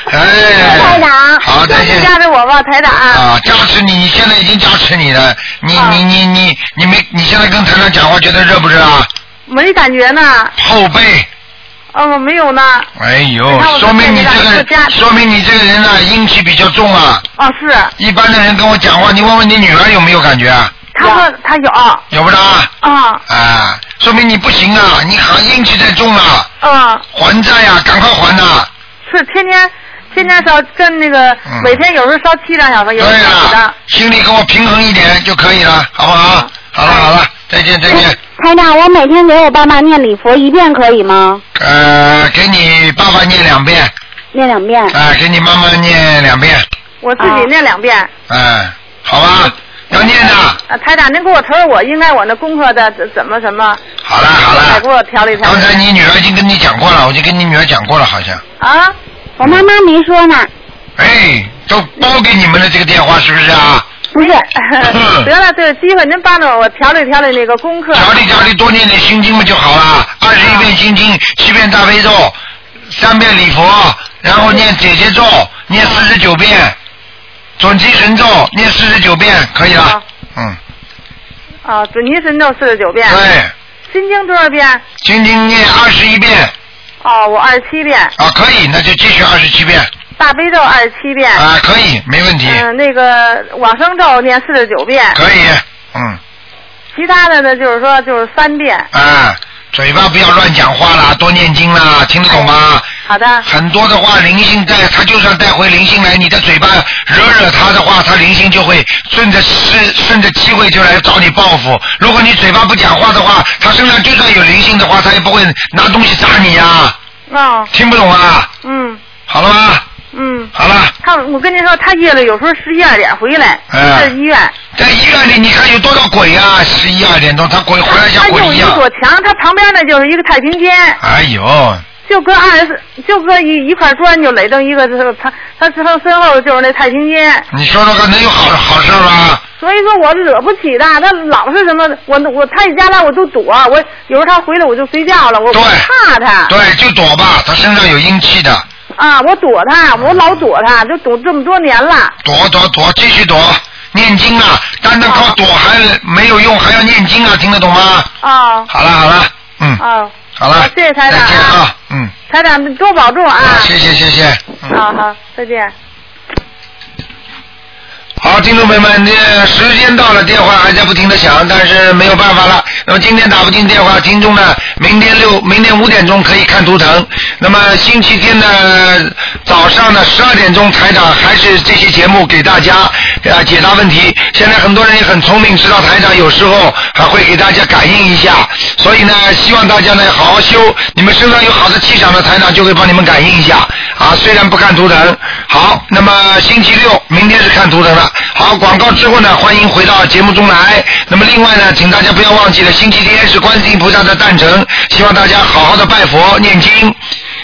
B: 哎，
K: 长，
B: 好再见
K: 加着我吧，台长。啊
B: 啊，加持你，你现在已经加持你了，你你你你你没，你现在跟台长讲话觉得热不热啊？
K: 没感觉呢，
B: 后背，
K: 哦，没有呢，
B: 哎呦
K: 你看，我
B: 说明你这个
K: 这边
B: 人，
K: 加
B: 说明你这个人啊，阴气比较重啊。
K: 哦，是，
B: 一般的人跟我讲话，你问问你女儿有没有感觉啊？
K: 他说他有，
E: 哦
B: 有不啦？
K: 啊，
B: 啊，说明你不行啊，你好阴气太重了，
K: 嗯，
B: 还债呀、赶快还啊呐、
K: 是天天天天烧，跟那个
B: 嗯啊
K: 每天有时候烧七张小时，有时候五张。
B: 心里给我平衡一点就可以了，好不好？好了好了，再见再见。
J: 台长，我每天给我爸妈念礼佛一遍可以吗？
B: 呃，给你爸爸念两遍，
J: 念两遍。
B: 啊、给你妈妈念两遍，
K: 我自
B: 啊
K: 己念两遍。
B: 嗯、好吧？要念的，
K: 啊，台长，您给我瞅瞅，我应该我那功课的怎怎么什么？
B: 好了好了。
K: 再给我调理调
B: 刚
K: 理。
B: 才你女儿已经跟你讲过了，我就跟你女儿讲过了，好像。
K: 啊，
J: 我妈妈没说呢，
B: 哎，都包给你们了，这个电话是不是啊？
J: 不是，
K: 得了，这机会您帮着我，我调理调理那个功课。
B: 调理调理，多念点心经不就好了？二十一遍心经，七遍大悲咒，三遍礼佛，然后念姐姐咒，念四十九遍，准提神咒念四十九遍，可以了。嗯，
K: 啊，准提神咒四十九遍，
B: 对，
K: 心经多少遍？
B: 心经念二十一遍
K: 哦，我二十七遍，
B: 啊，可以，那就继续二十七遍
K: 大悲咒二十七遍，
B: 啊，可以，没问题，
K: 嗯、那个往生咒念四十九遍，
B: 可以，嗯。
K: 其他的呢就是说就是三遍。
B: 啊，嘴巴不要乱讲话啦，多念经啦，听得懂吗？
K: 好的，
B: 很多的话，灵性带他就算带回灵性来，你的嘴巴惹惹他的话，他灵性就会顺着是顺着机会就来找你报复。如果你嘴巴不讲话的话，他身上就算有灵性的话，他也不会拿东西砸你呀、
K: 哦，
B: 听不懂啊？
K: 嗯
B: 好了吗？
K: 嗯，
B: 好了，
K: 他我跟您说，他夜里有时候十一二点回来，
B: 哎
K: 这是医院，
B: 在医院里你看有多少鬼啊？十一二点钟，他鬼回来像
K: 他
B: 鬼
K: 有
B: 一
K: 一
B: 样。
K: 堵墙，他旁边那就是一个太平间，
B: 哎呦，
K: 就搁二十，就搁一一块砖就垒成一个，就是他他身后身后就是那太平间。
B: 你说说看，能有好好事吗？
K: 所以说我惹不起的，他老是什么，我我他一家来我就躲，我有时候他回来我就睡觉了，我我
B: 对
K: 怕他
B: 对，就躲吧，他身上有阴气的。
K: 啊，我躲他，
B: 嗯
K: 我老躲他，就躲这么多年了。
B: 躲躲躲，继续躲，念经啊！单单靠躲还没有用，还要念经啊，听得懂吗？
K: 啊
B: 好了好了，嗯，
K: 啊，
B: 好了，
K: 谢谢台
B: 再
K: 长
B: 见
K: 啊，
B: 啊，嗯，
K: 台长多保重啊。
B: 谢谢谢谢，
K: 好好，再见。
B: 好，听众朋友们，这时间到了，电话还在不停的响，但是没有办法了。那么今天打不进电话，听众呢，明天六，明天五点钟可以看图腾。那么星期天呢，早上呢十二点钟，台长还是这些节目给大家啊解答问题。现在很多人也很聪明，知道台长有时候还会给大家感应一下，所以呢，希望大家呢好好修，你们身上有好的气场的台长就会帮你们感应一下啊。虽然不看图腾，好，那么星期六明天是看图腾了。好，广告之后呢，欢迎回到节目中来。那么另外呢，请大家不要忘记了，星期天是观世音菩萨的诞辰，希望大家好好的拜佛念经。